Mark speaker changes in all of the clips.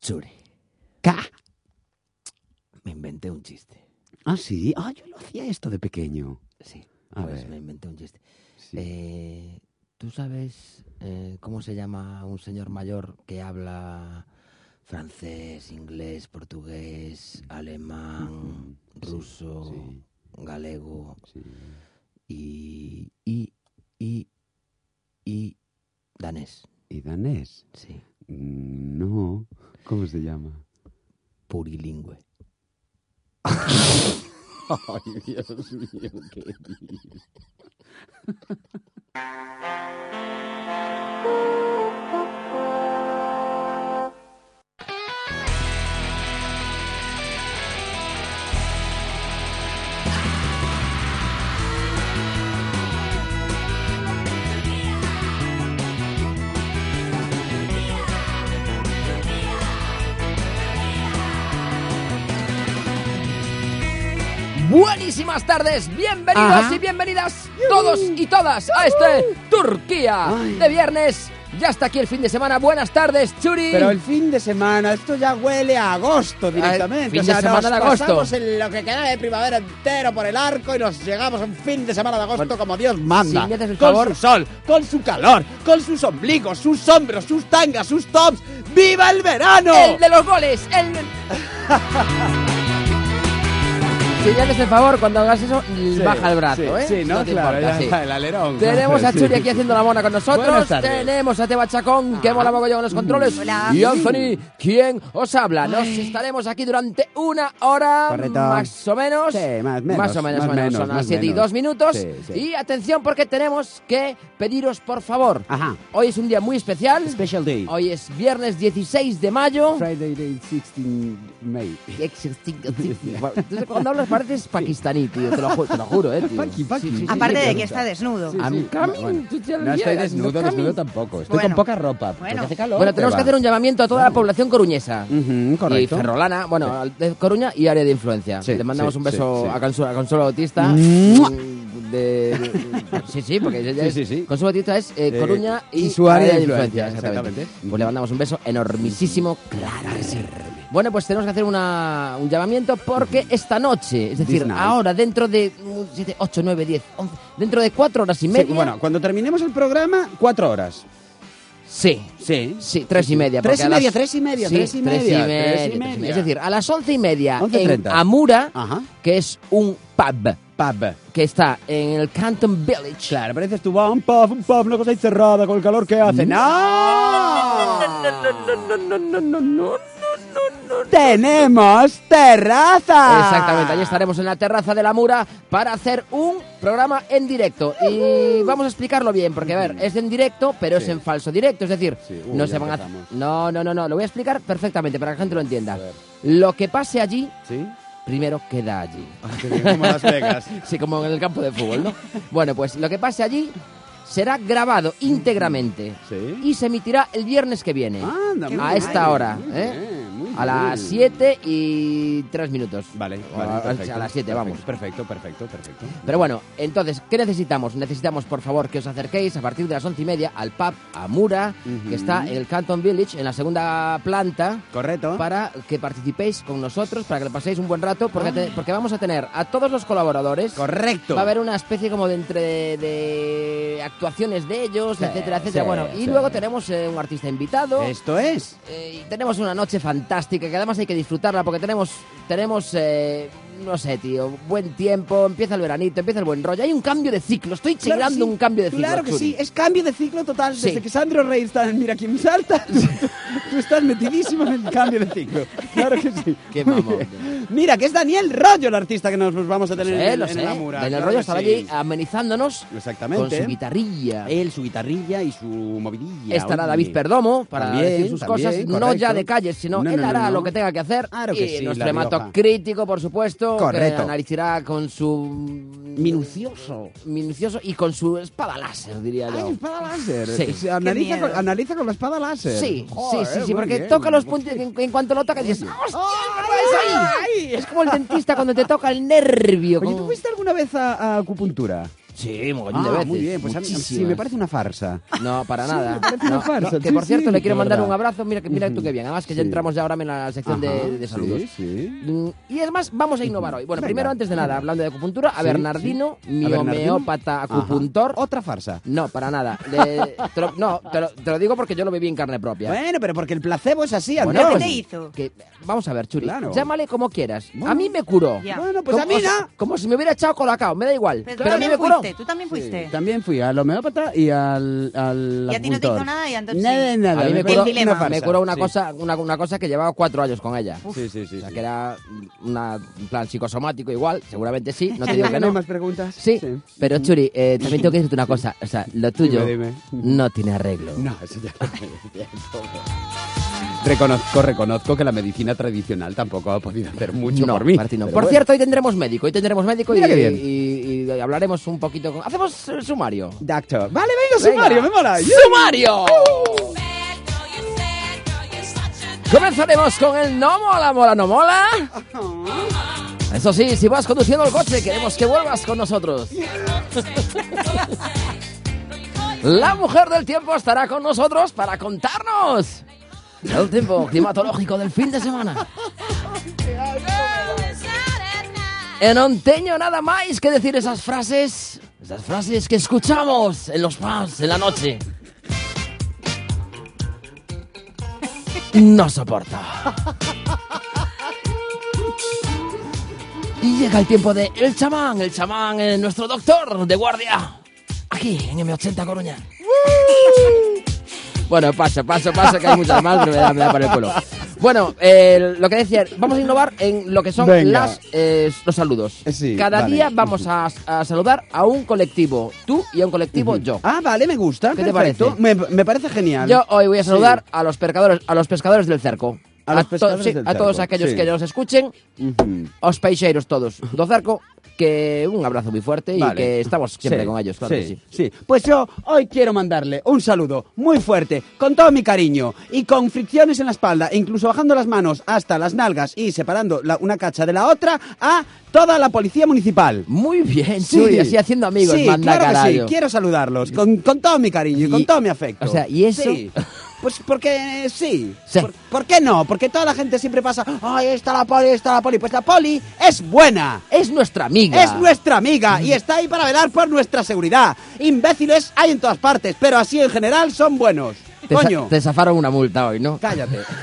Speaker 1: Chore.
Speaker 2: Ca.
Speaker 1: Me inventé un chiste.
Speaker 2: Ah, sí. Ah, yo lo hacía esto de pequeño.
Speaker 1: Sí.
Speaker 2: A
Speaker 1: pues
Speaker 2: ver.
Speaker 1: me inventé un chiste.
Speaker 2: Sí.
Speaker 1: Eh, ¿Tú sabes eh, cómo se llama un señor mayor que habla francés, inglés, portugués, alemán,
Speaker 2: Ujú, sí,
Speaker 1: ruso,
Speaker 2: sí.
Speaker 1: galego
Speaker 2: Sí.
Speaker 1: y, y, y, y danés?
Speaker 2: ¿Y danés?
Speaker 1: Sí.
Speaker 2: Mm, No. ¿Cómo se llama?
Speaker 1: Purilingüe.
Speaker 2: Ay, Dios mío, qué
Speaker 3: Buenísimas tardes, bienvenidos
Speaker 2: Ajá.
Speaker 3: y bienvenidas todos y todas a este Turquía
Speaker 2: Ay.
Speaker 3: de viernes. Ya está aquí el fin de semana. Buenas tardes, Churi.
Speaker 4: Pero el fin de semana, esto ya huele a agosto directamente.
Speaker 3: fin
Speaker 4: o sea,
Speaker 3: de semana
Speaker 4: nos
Speaker 3: de agosto.
Speaker 4: pasamos en lo que queda de primavera entero por el arco y nos llegamos a un fin de semana de agosto como Dios manda.
Speaker 3: si me haces el
Speaker 4: con
Speaker 3: favor.
Speaker 4: su sol, con su calor, con sus ombligos, sus hombros, sus tangas, sus tops. ¡Viva el verano!
Speaker 3: El de los goles, el... Si ya haces el favor, cuando hagas eso,
Speaker 4: Sí,
Speaker 3: baja el
Speaker 4: sí,
Speaker 3: brazo, ¿eh?
Speaker 4: Sí, no,
Speaker 3: te
Speaker 4: claro,
Speaker 3: importa,
Speaker 4: ya
Speaker 3: sí.
Speaker 4: está, el alerón.
Speaker 3: Tenemos a
Speaker 4: Sí.
Speaker 3: Churi aquí haciendo la mona con nosotros.
Speaker 4: Buenas tardes. Ah.
Speaker 3: Tenemos a Teba Chacón, que mola mogollón con los controles.
Speaker 5: Hola.
Speaker 3: Y Anthony, ¿quién os habla? Nos estaremos aquí durante una hora,
Speaker 4: Correcto.
Speaker 3: más o menos.
Speaker 4: Sí, más menos,
Speaker 3: Más o menos,
Speaker 4: más
Speaker 3: bueno,
Speaker 4: menos,
Speaker 3: son las
Speaker 4: más
Speaker 3: 7 y
Speaker 4: menos.
Speaker 3: 2 minutos.
Speaker 4: Sí, sí.
Speaker 3: Y atención, porque tenemos que pediros, por favor.
Speaker 2: Ajá.
Speaker 3: Hoy es un día muy especial.
Speaker 4: Special day.
Speaker 3: Hoy es viernes 16 de mayo.
Speaker 2: Friday the 16 May.
Speaker 3: Cuando hablas pareces pakistaní, tío. Te lo, ju- te lo juro, eh, tío.
Speaker 2: Paqui, paqui.
Speaker 5: Aparte de
Speaker 2: está
Speaker 5: que está desnudo.
Speaker 2: Sí,
Speaker 3: I'm
Speaker 2: sí.
Speaker 3: coming
Speaker 2: Bueno,
Speaker 3: to tell
Speaker 4: No
Speaker 3: you,
Speaker 4: estoy
Speaker 3: I'm
Speaker 4: desnudo,
Speaker 3: coming.
Speaker 4: desnudo tampoco. Estoy
Speaker 5: Bueno.
Speaker 4: con poca ropa.
Speaker 5: Bueno.
Speaker 4: Porque hace calor.
Speaker 3: Bueno, tenemos
Speaker 4: Eva.
Speaker 3: que hacer un llamamiento a toda la población coruñesa.
Speaker 4: Ujú,
Speaker 3: Y
Speaker 4: correcto.
Speaker 3: ferrolana, bueno, al- de Coruña y área de influencia.
Speaker 4: Sí,
Speaker 3: Le mandamos
Speaker 4: sí,
Speaker 3: un beso
Speaker 4: sí, sí.
Speaker 3: A, Consuelo, a Consuelo Bautista.
Speaker 4: ¡Mua!
Speaker 3: mm, de- de- sí, sí, porque ella
Speaker 4: Sí,
Speaker 3: es-
Speaker 4: sí, sí.
Speaker 3: Consuelo Bautista es eh,
Speaker 4: Eh,
Speaker 3: Coruña y,
Speaker 4: y su área de influencia, exactamente.
Speaker 3: Pues le mandamos un beso enormisísimo, claro que sí. Bueno, pues tenemos que hacer una- un llamamiento porque esta noche, es decir,
Speaker 2: Disney.
Speaker 3: ahora, dentro de mm, 7, 8, 9, 10, 11, dentro de 4 horas y
Speaker 4: Sí,
Speaker 3: media.
Speaker 4: bueno, cuando terminemos el programa, cuatro horas.
Speaker 3: sí,
Speaker 4: Sí.
Speaker 3: Sí, tres y media.
Speaker 4: Tres
Speaker 3: porque
Speaker 4: y
Speaker 3: a las-
Speaker 4: media, tres y media,
Speaker 3: Sí,
Speaker 4: tres y media,
Speaker 3: tres y
Speaker 4: tres y
Speaker 3: media, tres y
Speaker 4: media.
Speaker 3: media. Es decir, a las once y media
Speaker 4: 11:30.
Speaker 3: en Amura,
Speaker 4: Ajá.
Speaker 3: que es un pub
Speaker 4: Pub.
Speaker 3: que está en el Canton Village.
Speaker 4: Claro, pero dices tú, va un pub, un pub, una cosa ahí cerrada con el calor que
Speaker 3: Mm.
Speaker 4: hace. ¡No! ¡Tenemos terraza!
Speaker 3: Exactamente, allí estaremos en la terraza de la Mura para hacer un programa en directo. Y vamos a explicarlo bien, porque a ver, es en directo, pero es en falso directo. Es decir,
Speaker 4: Sí, uy,
Speaker 3: no
Speaker 4: ya
Speaker 3: se van a.
Speaker 4: empezamos.
Speaker 3: No, no, no, no, lo voy a explicar perfectamente para que la gente lo entienda. Lo que pase allí,
Speaker 4: ¿Sí?
Speaker 3: primero queda allí.
Speaker 4: Como Ah, Las Vegas.
Speaker 3: Sí, como en el campo de fútbol, ¿no? Bueno, pues lo que pase allí será grabado íntegramente
Speaker 4: Mm, Sí.
Speaker 3: y se emitirá el viernes que viene.
Speaker 4: Anda, muy
Speaker 3: a esta
Speaker 4: bien,
Speaker 3: hora,
Speaker 4: muy
Speaker 3: ¿eh?
Speaker 4: bien, muy
Speaker 3: a las 7 y 3 minutos.
Speaker 4: Vale,
Speaker 3: O
Speaker 4: vale,
Speaker 3: a- a-
Speaker 4: perfecto,
Speaker 3: a las 7,
Speaker 4: perfecto,
Speaker 3: vamos. ¿Eh?
Speaker 4: Perfecto, perfecto, perfecto.
Speaker 3: Pero bueno, entonces, ¿qué necesitamos? Necesitamos, por favor, que os acerquéis a partir de las once y media al pub Amura, que está en el Canton Village, en la segunda planta,
Speaker 4: Correcto.
Speaker 3: para que participéis con nosotros, para que lo paséis un buen rato, porque, te- porque vamos a tener a todos los colaboradores.
Speaker 4: Ah. Correcto.
Speaker 3: Va a haber una especie como de entre de actuaciones de ellos,
Speaker 4: Sí,
Speaker 3: etcétera, etcétera.
Speaker 4: sí,
Speaker 3: bueno, y
Speaker 4: sí.
Speaker 3: luego tenemos eh, un artista invitado.
Speaker 4: Esto es.
Speaker 3: Eh, y tenemos una noche fantástica que además hay que disfrutarla porque tenemos, tenemos eh, no sé, tío, buen tiempo, empieza el veranito, empieza el buen rollo. Hay un cambio de ciclo, estoy
Speaker 4: Claro que
Speaker 3: chequeando
Speaker 4: sí,
Speaker 3: un cambio de ciclo.
Speaker 4: Claro que
Speaker 3: Churi.
Speaker 4: sí, es cambio de ciclo total.
Speaker 3: Sí.
Speaker 4: Desde que Sandro Rey está en Mira quién salta, tú estás metidísimo en el cambio de ciclo. Claro que sí.
Speaker 3: Qué
Speaker 4: Muy
Speaker 3: mamón.
Speaker 4: bien. Mira, que es Daniel Rollo el artista que nos vamos a
Speaker 3: Lo
Speaker 4: tener
Speaker 3: sé,
Speaker 4: en,
Speaker 3: lo
Speaker 4: en
Speaker 3: sé.
Speaker 4: la mura.
Speaker 3: Daniel
Speaker 4: claro
Speaker 3: Rollo
Speaker 4: que
Speaker 3: estaba
Speaker 4: sí.
Speaker 3: allí amenizándonos
Speaker 4: Exactamente.
Speaker 3: con su guitarrilla.
Speaker 4: Él, su guitarrilla y su movidilla.
Speaker 3: Estará
Speaker 4: oye.
Speaker 3: David Perdomo para
Speaker 4: También,
Speaker 3: decir sus
Speaker 4: también,
Speaker 3: cosas, no
Speaker 4: correcto.
Speaker 3: ya de calles, sino
Speaker 4: No,
Speaker 3: él
Speaker 4: no, no,
Speaker 3: hará
Speaker 4: no.
Speaker 3: lo que tenga que hacer.
Speaker 4: Claro
Speaker 3: y
Speaker 4: que sí,
Speaker 3: nuestro
Speaker 4: La
Speaker 3: hemato
Speaker 4: Rioja.
Speaker 3: crítico, por supuesto, que
Speaker 4: Correcto.
Speaker 3: analizará con su...
Speaker 4: Minucioso.
Speaker 3: Minucioso y con su espada láser, diría yo.
Speaker 4: Ay, espada láser.
Speaker 3: Sí.
Speaker 4: Se Analiza,
Speaker 5: miedo.
Speaker 4: con, analiza con la espada láser.
Speaker 3: Sí,
Speaker 4: Joder,
Speaker 3: sí, sí, sí,
Speaker 4: muy
Speaker 3: porque
Speaker 4: bien.
Speaker 3: toca los puntos en, en cuanto lo toca y dices, "Ah, ¡hostia! ay". Es como el dentista cuando te toca el nervio.
Speaker 4: Oye, ¿tú
Speaker 3: como-
Speaker 4: fuiste alguna vez a, a acupuntura?
Speaker 3: Sí, mogollón de
Speaker 4: Ah,
Speaker 3: veces.
Speaker 4: muy bien, pues a mí sí,
Speaker 3: muchísimas.
Speaker 4: me parece una farsa.
Speaker 3: No, para
Speaker 4: Sí,
Speaker 3: nada.
Speaker 4: me parece una
Speaker 3: No,
Speaker 4: farsa,
Speaker 3: no, que
Speaker 4: sí,
Speaker 3: por cierto,
Speaker 4: sí,
Speaker 3: le quiero
Speaker 4: de
Speaker 3: mandar un
Speaker 4: verdad.
Speaker 3: abrazo. Mira, que mira tú qué bien. Además que ya
Speaker 4: Sí.
Speaker 3: entramos ya ahora en la sección
Speaker 4: Ajá,
Speaker 3: de, de saludos.
Speaker 4: Sí, sí.
Speaker 3: Mm, Y es más, vamos a innovar hoy. Bueno,
Speaker 4: Venga.
Speaker 3: primero, antes de nada, hablando de acupuntura, a
Speaker 4: Sí,
Speaker 3: Bernardino,
Speaker 4: sí.
Speaker 3: mi
Speaker 4: A Bernardino.
Speaker 3: homeópata acupuntor.
Speaker 4: Ajá. Otra farsa.
Speaker 3: No, para nada. Le- te lo- no, te lo, te lo digo porque yo lo viví en carne propia.
Speaker 4: Bueno, pero porque el placebo es así,
Speaker 3: Bueno,
Speaker 4: Andrés.
Speaker 5: ¿Qué
Speaker 3: pues,
Speaker 5: te hizo?
Speaker 3: que- vamos a ver, Churi.
Speaker 4: Claro.
Speaker 3: Llámale como quieras.
Speaker 4: Bueno.
Speaker 3: a mí me curó.
Speaker 5: Ya.
Speaker 4: Bueno, pues
Speaker 3: como,
Speaker 4: a mí
Speaker 3: o sea,
Speaker 4: no. Pues
Speaker 3: como si me hubiera echado colacao, me da igual.
Speaker 5: Pero,
Speaker 3: Pero,
Speaker 5: tú
Speaker 3: a mí
Speaker 5: también
Speaker 3: me curó.
Speaker 5: fuiste, tú también fuiste.
Speaker 2: También fui al homeópata y al, al
Speaker 5: Y a ti no te
Speaker 2: acupuntor.
Speaker 5: hizo nada y a Andrés
Speaker 2: Nada,
Speaker 5: sí.
Speaker 2: nada.
Speaker 3: A mí me
Speaker 2: me
Speaker 3: curó,
Speaker 5: El dilema.
Speaker 3: me
Speaker 4: farsa,
Speaker 3: curó una,
Speaker 4: sí.
Speaker 3: cosa, una, una cosa que llevaba cuatro años con ella.
Speaker 4: Sí, sí, sí.
Speaker 3: o sea,
Speaker 4: sí.
Speaker 3: que era una, un plan psicosomático igual, seguramente sí, no te digo
Speaker 4: ¿Ya
Speaker 3: que
Speaker 4: no hay
Speaker 3: no.
Speaker 4: más preguntas?
Speaker 3: Sí, pero Churi, eh, también tengo que decirte una cosa. O sea, lo tuyo
Speaker 4: Dime, dime.
Speaker 3: no tiene arreglo.
Speaker 4: No, eso ya lo Reconozco, reconozco que la medicina tradicional tampoco ha podido hacer mucho
Speaker 3: No,
Speaker 4: por mí.
Speaker 3: Martín, no.
Speaker 4: pero
Speaker 3: Por
Speaker 4: bueno.
Speaker 3: cierto, hoy tendremos médico, hoy tendremos médico y,
Speaker 4: Mira qué bien.
Speaker 3: y- y- y hablaremos un poquito con... Hacemos eh, sumario.
Speaker 4: Doctor. Vale, venga,
Speaker 3: Venga.
Speaker 4: sumario, me mola.
Speaker 3: ¡Sumario! Comenzaremos con el no mola, mola, no mola. Eso sí, si vas conduciendo el coche, queremos que vuelvas con nosotros. La mujer del tiempo estará con nosotros para contarnos el tiempo climatológico del fin de semana. E non teño nada máis que decir esas frases, esas frases que escuchamos en los pubs en la noche. No soporto. Y llega el tiempo de El chamán, el chamán, eh, nuestro doctor de guardia. Aquí, en M80 Coruña.
Speaker 4: Uh.
Speaker 3: Bueno, paso, paso, paso, que hay muchas más, pero me da, me da para el culo. Bueno, eh, lo que decía, vamos a innovar en lo que son
Speaker 4: Venga.
Speaker 3: las, eh, los saludos.
Speaker 4: Sí,
Speaker 3: Cada
Speaker 4: vale.
Speaker 3: día vamos a, a saludar a un colectivo, tú y a un colectivo yo.
Speaker 4: Ah, vale, me gusta.
Speaker 3: ¿Qué te
Speaker 4: perfecto. Me, me parece genial.
Speaker 3: Yo hoy voy a
Speaker 4: Sí.
Speaker 3: saludar a los pescadores, a los pescadores del cerco.
Speaker 4: A los
Speaker 3: to-
Speaker 4: pescadores
Speaker 3: sí,
Speaker 4: del
Speaker 3: a todos
Speaker 4: cerco,
Speaker 3: aquellos
Speaker 4: sí. Mm.
Speaker 3: que nos escuchen,
Speaker 4: Ujú.
Speaker 3: os peixeiros todos do cerco, que un abrazo muy fuerte y
Speaker 4: Vale.
Speaker 3: que estamos siempre
Speaker 4: Sí,
Speaker 3: con ellos, claro que sí.
Speaker 4: sí. Pues yo hoy quiero mandarle un saludo muy fuerte, con todo mi cariño y con fricciones en la espalda, e incluso bajando las manos hasta las nalgas y separando la- una cacha de la otra a toda la policía municipal.
Speaker 3: Muy bien, Churi, así haciendo amigos,
Speaker 4: sí,
Speaker 3: manda
Speaker 4: claro que
Speaker 3: carallo.
Speaker 4: sí, quiero saludarlos con, con todo mi cariño y,
Speaker 3: Y-
Speaker 4: con todo mi afecto.
Speaker 3: o sea, ¿y eso?
Speaker 4: Sí. Pues porque eh, sí.
Speaker 3: Sí.
Speaker 4: Por, ¿por qué no? Porque toda la gente siempre pasa, ay, está la poli, está la poli. Pues la poli es buena.
Speaker 3: Es nuestra amiga.
Speaker 4: Es nuestra amiga y está ahí para velar por nuestra seguridad. Imbéciles hay en todas partes, pero así en general son buenos.
Speaker 3: Te, sa-
Speaker 4: Coño,
Speaker 3: te zafaron una multa hoy, ¿no?
Speaker 4: cállate.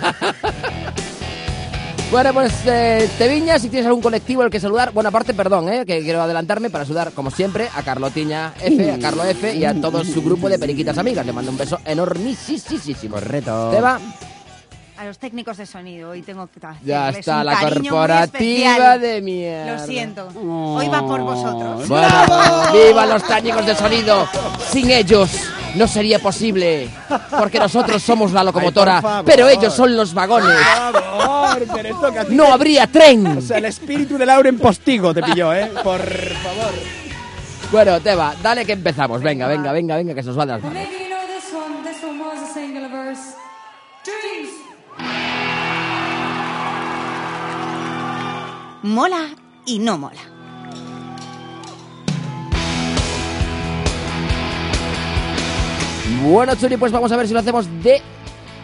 Speaker 3: Bueno, pues eh, te viñas si tienes algún colectivo al que saludar. Bueno, aparte, perdón, ¿eh? que quiero adelantarme para saludar, como siempre, a Carlotiña F, a Carlo F y a todo su grupo de periquitas amigas. Le mando un beso enormisísimo.
Speaker 4: Correcto.
Speaker 3: Teba,
Speaker 5: A los técnicos de sonido, hoy tengo que hacerles
Speaker 3: ya está
Speaker 5: Pues un
Speaker 3: la
Speaker 5: cariño muy
Speaker 3: corporativa
Speaker 5: especial.
Speaker 3: de mierda.
Speaker 5: Lo siento, hoy va por vosotros.
Speaker 3: Bueno, viva los técnicos de sonido. Sin ellos no sería posible, porque nosotros somos la locomotora,
Speaker 4: Ay, por favor.
Speaker 3: pero ellos son los vagones.
Speaker 4: Por favor, pero esto que a ti-
Speaker 3: No habría
Speaker 4: O
Speaker 3: tren.
Speaker 4: sea, el espíritu de Lauren Postigo te pilló, ¿eh? Por favor.
Speaker 3: Bueno, Teba, dale que empezamos. Venga, venga, venga, venga, que se nos va de las manos.
Speaker 6: Maybe you know this one. This one was a single verse. Dreams.
Speaker 5: mola y no mola.
Speaker 3: Bueno, Churi, pues vamos a ver si lo hacemos de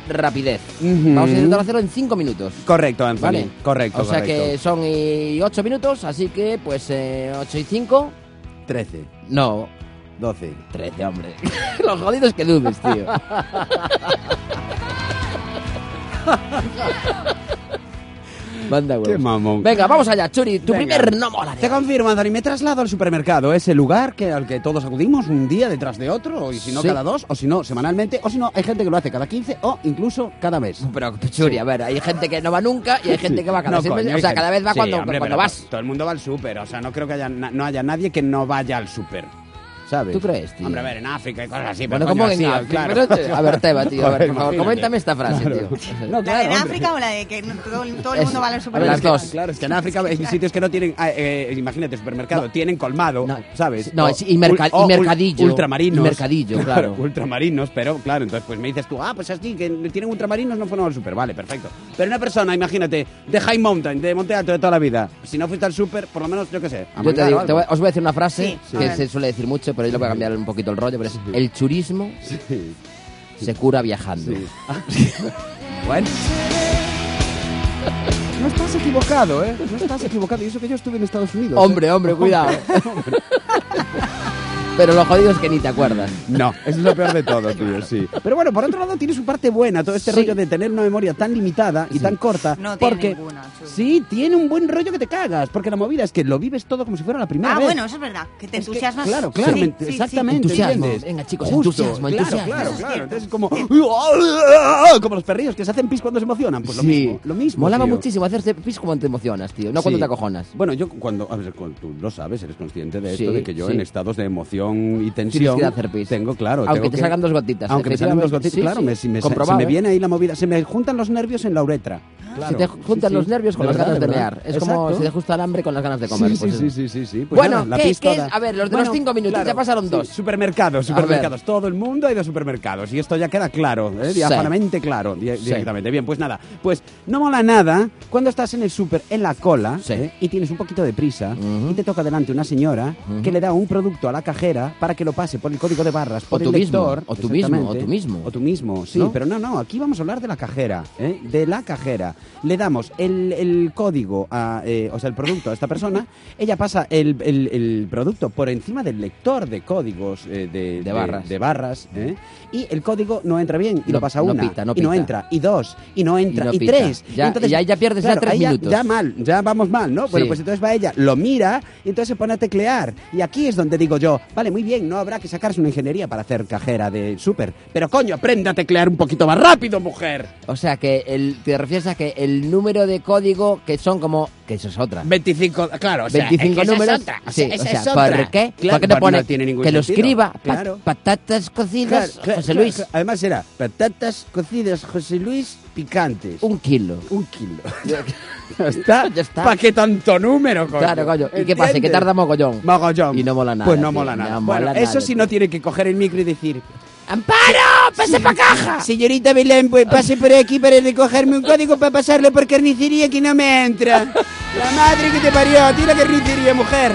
Speaker 3: rapidez.
Speaker 4: Ujú.
Speaker 3: Vamos a intentar hacerlo en 5 minutos.
Speaker 4: Correcto, Anthony.
Speaker 3: Vale.
Speaker 4: Correcto,
Speaker 3: O sea
Speaker 4: correcto.
Speaker 3: que son 8 minutos, así que pues 8 y 5.
Speaker 4: 13,
Speaker 3: No,
Speaker 4: 12.
Speaker 3: 13, hombre. Los jodidos que dudes, tío. Manda huevos.
Speaker 4: Qué mamón.
Speaker 3: Venga, vamos allá, Churi. Tu
Speaker 4: Venga.
Speaker 3: primer no mola. de
Speaker 4: Te
Speaker 3: hoy.
Speaker 4: confirmo, Anthony, me traslado al supermercado, ese lugar que, al que todos acudimos un día detrás de otro, y si no
Speaker 3: Sí.
Speaker 4: cada dos, o si no semanalmente, o si no hay gente que lo hace cada 15 o incluso cada mes.
Speaker 3: Pero, Churi, a ver, hay gente que no va nunca y hay gente que va cada
Speaker 4: No,
Speaker 3: seis
Speaker 4: coño,
Speaker 3: meses.
Speaker 4: hay
Speaker 3: O sea,
Speaker 4: gente-
Speaker 3: cada vez va
Speaker 4: Sí,
Speaker 3: cuando,
Speaker 4: hombre,
Speaker 3: cuando
Speaker 4: pero
Speaker 3: vas.
Speaker 4: Todo el mundo va al súper, o sea, no creo que haya, na- no haya nadie que no vaya al súper, ¿sabes?
Speaker 3: ¿Tú crees, tío?
Speaker 4: Hombre, a ver, en África y cosas así,
Speaker 3: Bueno,
Speaker 4: pero
Speaker 3: ¿cómo
Speaker 4: coño,
Speaker 3: que
Speaker 4: así,
Speaker 3: en
Speaker 4: ah,
Speaker 3: África?
Speaker 4: claro.
Speaker 3: Pero, a ver, Teba, tío, a ver,
Speaker 4: Joder,
Speaker 3: por favor,
Speaker 4: imagínate.
Speaker 3: coméntame esta frase, tío.
Speaker 4: No,
Speaker 5: ¿La de
Speaker 4: claro,
Speaker 5: en
Speaker 4: hombre.
Speaker 5: África o la de que no- todo, el- todo el
Speaker 3: Es-
Speaker 5: mundo va al
Speaker 3: a ver, las
Speaker 5: supermercado?
Speaker 3: dos.
Speaker 4: Claro, es que en África hay sitios que no tienen, ah, eh, imagínate, supermercado, tienen colmado,
Speaker 3: No,
Speaker 4: ¿sabes?
Speaker 3: no,
Speaker 4: O-
Speaker 3: es- y merca-
Speaker 4: ul- o
Speaker 3: y mercadillo.
Speaker 4: ul- Ultramarinos.
Speaker 3: Y mercadillo, claro.
Speaker 4: Ultramarinos, pero claro, entonces pues me dices tú, ah, pues así, que tienen ultramarinos, no fueron al super, vale, perfecto. Pero una persona, imagínate, de High Mountain, de Monte Alto de toda la vida, si no fuiste al super, por lo menos, yo qué sé. a
Speaker 3: Yo te
Speaker 4: mercar
Speaker 3: digo,
Speaker 4: o
Speaker 3: te
Speaker 4: algo.
Speaker 3: voy- os voy a decir una frase
Speaker 5: Sí, a
Speaker 3: que
Speaker 5: ver.
Speaker 3: se suele decir mucho, pero yo le voy a cambiar un poquito el rollo, pero es el churismo
Speaker 4: Sí.
Speaker 3: se cura viajando.
Speaker 4: Bueno. No estás equivocado, ¿eh? No estás equivocado. Y eso que yo estuve en Estados Unidos. ¿eh?
Speaker 3: Hombre, hombre, cuidado. pero lo jodido es que ni te acuerdas.
Speaker 4: No, eso es lo peor de todo, tío, sí. Pero bueno, por otro lado tiene su parte buena todo este
Speaker 3: Sí.
Speaker 4: rollo de tener una memoria tan limitada y tan corta.
Speaker 5: No tiene
Speaker 4: porque
Speaker 5: ninguna, chulo.
Speaker 4: Sí, tiene un buen rollo que te cagas, porque la movida es que lo vives todo como si fuera la primera
Speaker 5: Ah,
Speaker 4: vez.
Speaker 5: bueno, eso es verdad, que te
Speaker 4: Es que,
Speaker 5: entusiasmas.
Speaker 4: claro, claro,
Speaker 5: Sí,
Speaker 4: me-
Speaker 5: sí, sí.
Speaker 4: exactamente.
Speaker 3: Entusiasmo,
Speaker 4: ¿entiendes?
Speaker 3: venga, chicos,
Speaker 4: Justo,
Speaker 3: entusiasmo,
Speaker 4: claro,
Speaker 3: entusiasmo.
Speaker 4: Claro,
Speaker 5: Eso es
Speaker 4: claro.
Speaker 5: cierto.
Speaker 4: Entonces es como. "Uah", Como los perrillos que se hacen pis cuando se emocionan. Pues lo
Speaker 3: Sí.
Speaker 4: mismo. Lo mismo.
Speaker 3: Molaba
Speaker 4: tío.
Speaker 3: muchísimo hacerte pis cuando te emocionas, tío, no cuando
Speaker 4: Sí.
Speaker 3: te acojonas.
Speaker 4: Bueno, yo cuando. A ver, cu- tú lo sabes, eres consciente de esto,
Speaker 3: Sí,
Speaker 4: de que yo
Speaker 3: sí.
Speaker 4: en estados de emoción y
Speaker 3: Tienes
Speaker 4: tensión.
Speaker 3: que ir a hacer pis.
Speaker 4: Tengo, claro.
Speaker 3: Aunque
Speaker 4: tengo
Speaker 3: te
Speaker 4: que-
Speaker 3: salgan dos gotitas.
Speaker 4: Aunque me salgan dos gotitas,
Speaker 3: efectivamente.
Speaker 4: claro,
Speaker 3: Sí,
Speaker 4: me,
Speaker 3: sí.
Speaker 4: si me, sa-
Speaker 3: Comprobado,
Speaker 4: se me
Speaker 3: ¿eh?
Speaker 4: viene ahí la movida. Se me juntan los nervios en la uretra.
Speaker 3: Se
Speaker 4: Claro.
Speaker 3: te juntan
Speaker 4: Sí, sí.
Speaker 3: los nervios con
Speaker 4: De
Speaker 3: las
Speaker 4: verdad,
Speaker 3: ganas de
Speaker 4: verdad.
Speaker 3: mear. Es como
Speaker 4: Exacto.
Speaker 3: si te gusta el hambre con las ganas de comer.
Speaker 4: Sí,
Speaker 3: pues
Speaker 4: sí, sí,
Speaker 3: es-
Speaker 4: sí, sí, sí. Pues
Speaker 3: Bueno,
Speaker 4: nada, la
Speaker 3: ¿qué-
Speaker 4: pis
Speaker 3: qué es?
Speaker 4: toda.
Speaker 3: A ver, los de los cinco minutos, ya pasaron dos.
Speaker 4: Supermercados,
Speaker 3: A ver.
Speaker 4: supermercados. Todo el mundo ha ido a supermercados. Y esto ya queda claro, ¿eh? diáfanamente claro, di-
Speaker 3: Sí.
Speaker 4: directamente. Bien, pues nada. Pues no mola nada cuando estás en el súper, en la cola,
Speaker 3: Sí.
Speaker 4: ¿eh? y tienes un poquito de prisa,
Speaker 3: Ujú.
Speaker 4: y te toca delante una señora
Speaker 3: Ujú.
Speaker 4: que le da un producto a la cajera para que lo pase por el código de barras, por
Speaker 3: tú
Speaker 4: el
Speaker 3: mismo,
Speaker 4: lector.
Speaker 3: o tú mismo,
Speaker 4: Exactamente.
Speaker 3: o tú mismo.
Speaker 4: O tú mismo, sí.
Speaker 3: ¿No?
Speaker 4: Pero no, no, aquí vamos a hablar de la cajera, ¿eh? de la cajera. Le damos el, el código, a, eh, o sea, el producto a esta persona, ella pasa el, el- el producto por encima del lector de códigos eh, de,
Speaker 3: barras.
Speaker 4: de barras, ¿eh? y el código no entra bien, y
Speaker 3: No-
Speaker 4: lo pasa
Speaker 3: no
Speaker 4: una,
Speaker 3: pita, no
Speaker 4: y no
Speaker 3: pita.
Speaker 4: entra, y dos, y no entra,
Speaker 3: no
Speaker 4: y,
Speaker 3: pita.
Speaker 4: tres.
Speaker 3: Ya- y ahí ya pierdes ya tres
Speaker 4: ahí
Speaker 3: minutos.
Speaker 4: Ya mal, ya vamos mal, ¿no? Bueno,
Speaker 3: Sí.
Speaker 4: pues entonces va ella, lo mira, y entonces se pone a teclear. Y aquí es donde digo yo, vale, muy bien, no habrá que sacarse una ingeniería para hacer cajera de súper, pero coño, aprende a teclear un poquito más rápido, mujer.
Speaker 3: O sea, que el, te refieres a que el número de código que son como... Que eso es otra.
Speaker 4: 25, claro, o sea,
Speaker 3: 25
Speaker 4: es que esa
Speaker 3: números.
Speaker 4: Es otra, o
Speaker 3: sí,
Speaker 4: sea, esa
Speaker 3: o sea,
Speaker 4: es otra.
Speaker 3: ¿por qué?
Speaker 4: Claro,
Speaker 3: ¿Por qué no
Speaker 4: pues
Speaker 3: pone
Speaker 4: tiene ningún
Speaker 3: que lo
Speaker 4: sentido.
Speaker 3: escriba pa-
Speaker 4: Claro.
Speaker 3: patatas
Speaker 4: Claro,
Speaker 3: cocidas,
Speaker 4: claro,
Speaker 3: José
Speaker 4: claro,
Speaker 3: Luis?
Speaker 4: claro. Además era patatas cocidas José Luis picantes.
Speaker 3: Un kilo.
Speaker 4: Un kilo. ya está.
Speaker 3: Ya está.
Speaker 4: ¿Para qué tanto número, coño?
Speaker 3: Claro, coño. ¿Y qué pasa? ¿Y ¿Que
Speaker 4: ¿Entiendes?
Speaker 3: tarda mogollón?
Speaker 4: Mogollón.
Speaker 3: Y no mola nada,
Speaker 4: Pues no
Speaker 3: tío,
Speaker 4: mola
Speaker 3: no
Speaker 4: nada.
Speaker 3: mola
Speaker 4: bueno,
Speaker 3: nada,
Speaker 4: eso sí
Speaker 3: tío.
Speaker 4: no tiene que coger el micro y decir...
Speaker 3: ¡Amparo! ¡Pase pa' caja!
Speaker 4: Señorita Belén, pues pase por aquí para recogerme un código para pasarlo por carnicería que no me entra. La madre que te parió, tira carnicería, mujer.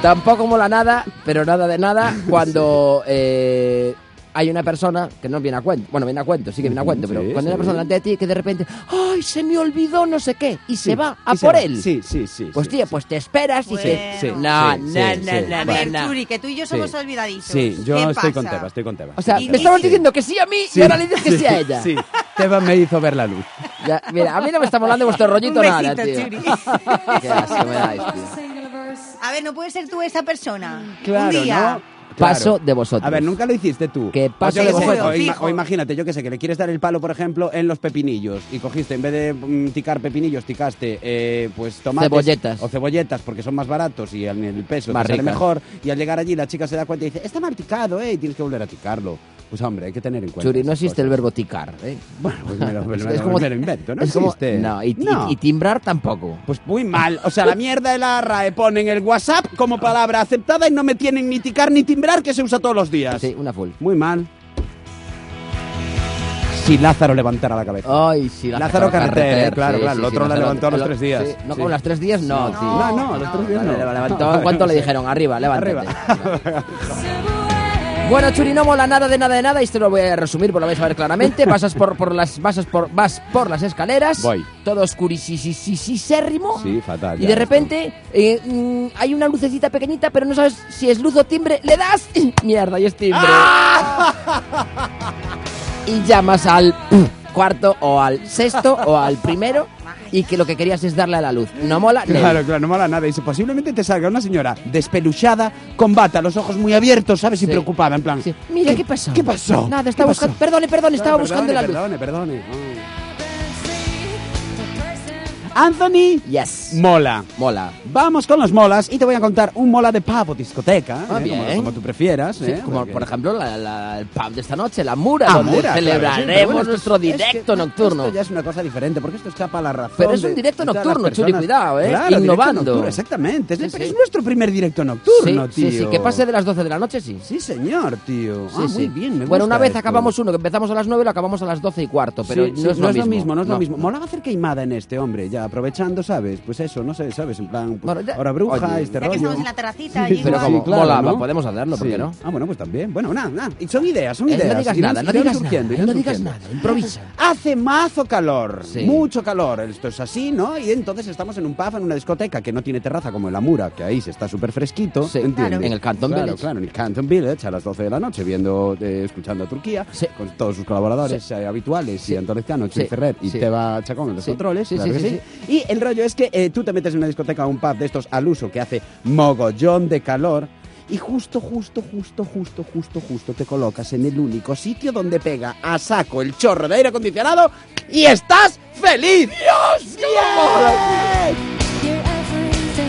Speaker 3: Tampoco mola nada, pero nada de nada, cuando eh, hay una persona que no viene a cuento. Bueno, viene a cuento, sí que viene a cuento, pero
Speaker 4: sí,
Speaker 3: cuando hay una
Speaker 4: sí.
Speaker 3: persona delante de ti que de repente, ¡ay, se me olvidó no sé qué! Y se va a
Speaker 4: Y se
Speaker 3: por
Speaker 4: va.
Speaker 3: él.
Speaker 4: Sí, sí, sí.
Speaker 3: Pues
Speaker 4: sí,
Speaker 3: tío, pues te esperas y
Speaker 5: Bueno.
Speaker 3: te...
Speaker 5: Sí,
Speaker 4: sí,
Speaker 3: no, no,
Speaker 4: sí,
Speaker 3: no,
Speaker 4: sí.
Speaker 3: no,
Speaker 5: A
Speaker 3: no,
Speaker 5: ver,
Speaker 3: no.
Speaker 5: Churi, que tú y yo somos olvidadizos.
Speaker 4: Sí, yo
Speaker 5: ¿Qué
Speaker 4: estoy
Speaker 5: pasa?
Speaker 4: con Teba, estoy con Teba.
Speaker 3: O sea,
Speaker 4: Pues, Sí,
Speaker 3: me
Speaker 4: Teba.
Speaker 3: estabas diciendo que sí a mí y ahora le dices que sí a ella.
Speaker 4: Sí, Teba me hizo ver la luz.
Speaker 3: Ya, mira, a mí no me está molando vuestro rollito
Speaker 5: Un
Speaker 3: nada, tío.
Speaker 5: besito,
Speaker 3: Qué asco me dais, tío.
Speaker 5: A ver, no puedes ser tú esa persona.
Speaker 4: Claro,
Speaker 5: Un día.
Speaker 4: ¿no? Claro.
Speaker 3: Paso de vosotros.
Speaker 4: A ver, nunca lo hiciste tú.
Speaker 3: Que
Speaker 4: O
Speaker 3: paso
Speaker 4: yo
Speaker 3: de
Speaker 4: qué sé,
Speaker 3: vosotros.
Speaker 4: o ima-
Speaker 5: Fijo.
Speaker 4: O, imagínate, yo qué sé, que le quieres dar el palo, por ejemplo, en los pepinillos. Y cogiste, en vez de mm, ticar pepinillos, ticaste eh, pues tomates.
Speaker 3: Cebolletas.
Speaker 4: O cebolletas, porque son más baratos y en el peso
Speaker 3: Más
Speaker 4: te sale
Speaker 3: ricas.
Speaker 4: mejor. Y al llegar allí la chica se da cuenta y dice, está mal ticado, eh, y tienes que volver a ticarlo. Pues hombre, hay que tener en cuenta.
Speaker 3: Churi, no
Speaker 4: esas
Speaker 3: existe el
Speaker 4: cosas.
Speaker 3: verbo ticar, ¿eh?
Speaker 4: Bueno, pues me lo, me lo-
Speaker 3: Es
Speaker 4: me
Speaker 3: como-
Speaker 4: lo invento, no
Speaker 3: es como-
Speaker 4: existe.
Speaker 3: no, y, y- y timbrar tampoco.
Speaker 4: Pues muy mal. O sea, la mierda de la RAE ponen el WhatsApp como palabra aceptada y no me tienen ni ticar ni timbrar que se usa todos los días.
Speaker 3: Sí, una full.
Speaker 4: Muy mal. si Lázaro levantara la cabeza.
Speaker 3: Ay, sí,
Speaker 4: Lázaro Carreter, claro, claro, el otro la
Speaker 3: Lázaro-
Speaker 4: levantó a los
Speaker 3: el-
Speaker 4: tres días.
Speaker 3: sí. No,
Speaker 4: Sí.
Speaker 3: con los tres días no, tío.
Speaker 4: No, no, a los
Speaker 5: no,
Speaker 4: tres días
Speaker 3: Vale,
Speaker 4: no.
Speaker 3: la levantó. ¿En cuánto le dijeron? Arriba, levántate. Bueno, Churinomo, la nada de nada de nada, y esto lo voy a resumir, por lo vais a ver claramente. Pasas por, por las pasas por, vas por las escaleras,
Speaker 6: Voy.
Speaker 3: todo oscurisisisisérrimo,
Speaker 6: Sí, fatal.
Speaker 3: y
Speaker 6: ya,
Speaker 3: de
Speaker 6: esto.
Speaker 3: repente eh, mm, hay una lucecita pequeñita, pero no sabes si es luz o timbre. ¡Le das! ¡Mierda, y es timbre!
Speaker 4: ¡Ah!
Speaker 3: y llamas al uh, cuarto o al sexto o al primero y que lo que querías es darle a la luz. No mola. Nel.
Speaker 4: Claro, claro, no mola nada. Y si posiblemente te salga una señora despeluchada, con bata, los ojos muy abiertos, ¿sabes? Y
Speaker 3: Sí.
Speaker 4: preocupada, en plan.
Speaker 3: Sí. Mira, ¿qué, pasó?
Speaker 4: ¿Qué pasó?
Speaker 3: Nada,
Speaker 4: ¿Qué
Speaker 3: estaba
Speaker 4: pasó? eh,
Speaker 3: buscando... Perdone, perdone, estaba buscando
Speaker 4: Perdone,
Speaker 3: la
Speaker 4: Perdone,
Speaker 3: luz.
Speaker 4: perdone. Oh. Anthony
Speaker 3: Yes.
Speaker 4: Mola.
Speaker 3: Mola.
Speaker 4: Vamos con los molas y te voy a contar un mola de pub o discoteca,
Speaker 3: Ah,
Speaker 4: ¿eh?
Speaker 3: bien.
Speaker 4: Como, como tú prefieras.
Speaker 3: Sí,
Speaker 4: ¿eh?
Speaker 3: como
Speaker 4: Porque-
Speaker 3: por ejemplo la- la- el pub de esta noche, la Mura,
Speaker 4: Ah,
Speaker 3: donde
Speaker 4: mura, claro, sí, pero
Speaker 3: celebraremos
Speaker 4: bueno, esto-
Speaker 3: nuestro
Speaker 4: es que
Speaker 3: directo nocturno.
Speaker 4: Esto ya es una cosa diferente, porque esto escapa a la razón.
Speaker 3: Pero es un
Speaker 4: de-
Speaker 3: directo
Speaker 4: de todas las
Speaker 3: nocturno,
Speaker 4: personas.
Speaker 3: Churi, cuidado, ¿eh?
Speaker 4: Claro, directo
Speaker 3: Innovando.
Speaker 4: nocturno, exactamente. Es,
Speaker 3: Sí,
Speaker 4: pero
Speaker 3: sí.
Speaker 4: es nuestro primer directo nocturno,
Speaker 3: sí,
Speaker 4: tío.
Speaker 3: sí, sí, que pase de las 12 de la noche, sí.
Speaker 4: Sí, señor, tío.
Speaker 3: Sí,
Speaker 4: ah,
Speaker 3: sí.
Speaker 4: muy bien, me
Speaker 3: Bueno,
Speaker 4: gusta
Speaker 3: una vez
Speaker 4: esto.
Speaker 3: acabamos uno, que empezamos a las 9 y lo acabamos a las 12 y cuarto, pero
Speaker 4: Sí,
Speaker 3: no,
Speaker 4: sí,
Speaker 3: es lo mismo.
Speaker 4: no es lo mismo. Molaba hacer queimada en este, hombre, ya aprovechando, ¿sabes? Pues eso, no sé, ¿sabes? En plan, pues,
Speaker 3: Bueno, ya-
Speaker 4: ahora bruja,
Speaker 3: oye,
Speaker 4: este
Speaker 5: Ya que
Speaker 4: rollo.
Speaker 5: estamos en la terracita,
Speaker 4: Sí,
Speaker 5: allí
Speaker 3: Pero
Speaker 4: Sí,
Speaker 3: como
Speaker 5: igual.
Speaker 4: claro,
Speaker 3: mola,
Speaker 4: ¿no?
Speaker 3: podemos hablarlo, ¿por
Speaker 4: Sí.
Speaker 3: qué no?
Speaker 4: Ah, bueno, pues también. Bueno, nada, nada. Y son ideas, son
Speaker 3: Eh,
Speaker 4: ideas.
Speaker 3: no digas
Speaker 4: Irán-
Speaker 3: nada, no
Speaker 4: irán
Speaker 3: digas
Speaker 4: surgiendo,
Speaker 3: nada,
Speaker 4: irán
Speaker 3: no digas
Speaker 4: surgiendo.
Speaker 3: nada, improvisa.
Speaker 4: Hace mazo calor,
Speaker 3: Sí.
Speaker 4: mucho calor, esto es así, ¿no? Y entonces estamos en un pub, en una discoteca que no tiene terraza como el Amura, que ahí se está súper fresquito,
Speaker 3: Sí,
Speaker 4: ¿entiendes?
Speaker 3: claro. en el Canton
Speaker 4: Claro,
Speaker 3: Village.
Speaker 4: claro, en el Canton Village a las 12 de la noche, viendo, eh, escuchando a Turquía,
Speaker 3: Sí.
Speaker 4: con todos sus colaboradores eh, habituales,
Speaker 3: Sí.
Speaker 4: y Antolecano,
Speaker 3: Sí.
Speaker 4: Chuy Ferret y
Speaker 3: Sí.
Speaker 4: Teba Chacón en los
Speaker 3: Sí.
Speaker 4: controles,
Speaker 3: Sí,
Speaker 4: claro
Speaker 3: sí,
Speaker 4: que
Speaker 3: sí,
Speaker 4: Y el rollo es que eh, tú te metes en una discoteca o un pub de estos al uso que hace mogollón de calor, y justo, justo, justo, justo, justo, justo te colocas en el único sitio donde pega a saco el chorro de aire acondicionado y estás feliz. ¡Dios!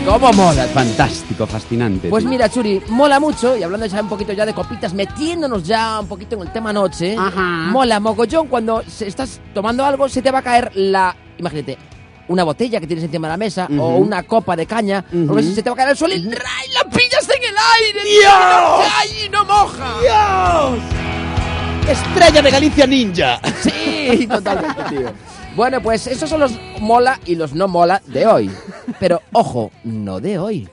Speaker 3: ¿Cómo mola?
Speaker 4: Fantástico, fascinante.
Speaker 3: Pues
Speaker 4: tío.
Speaker 3: mira, Churi, mola mucho, y hablando ya un poquito ya de copitas, metiéndonos ya un poquito en el tema noche,
Speaker 4: Ajá.
Speaker 3: mola mogollón cuando se- estás tomando algo, se te va a caer la... Imagínate, una botella que tienes encima de la mesa, o una copa de caña, o algo así, se te va a caer al suelo y ¡ray! la pillas en el aire, ¡Dios! y no moja.
Speaker 4: Estrella de Galicia Ninja.
Speaker 3: Sí, totalmente, tío. Bueno, pues esos son los mola y los no mola de hoy. Pero ojo, no de hoy.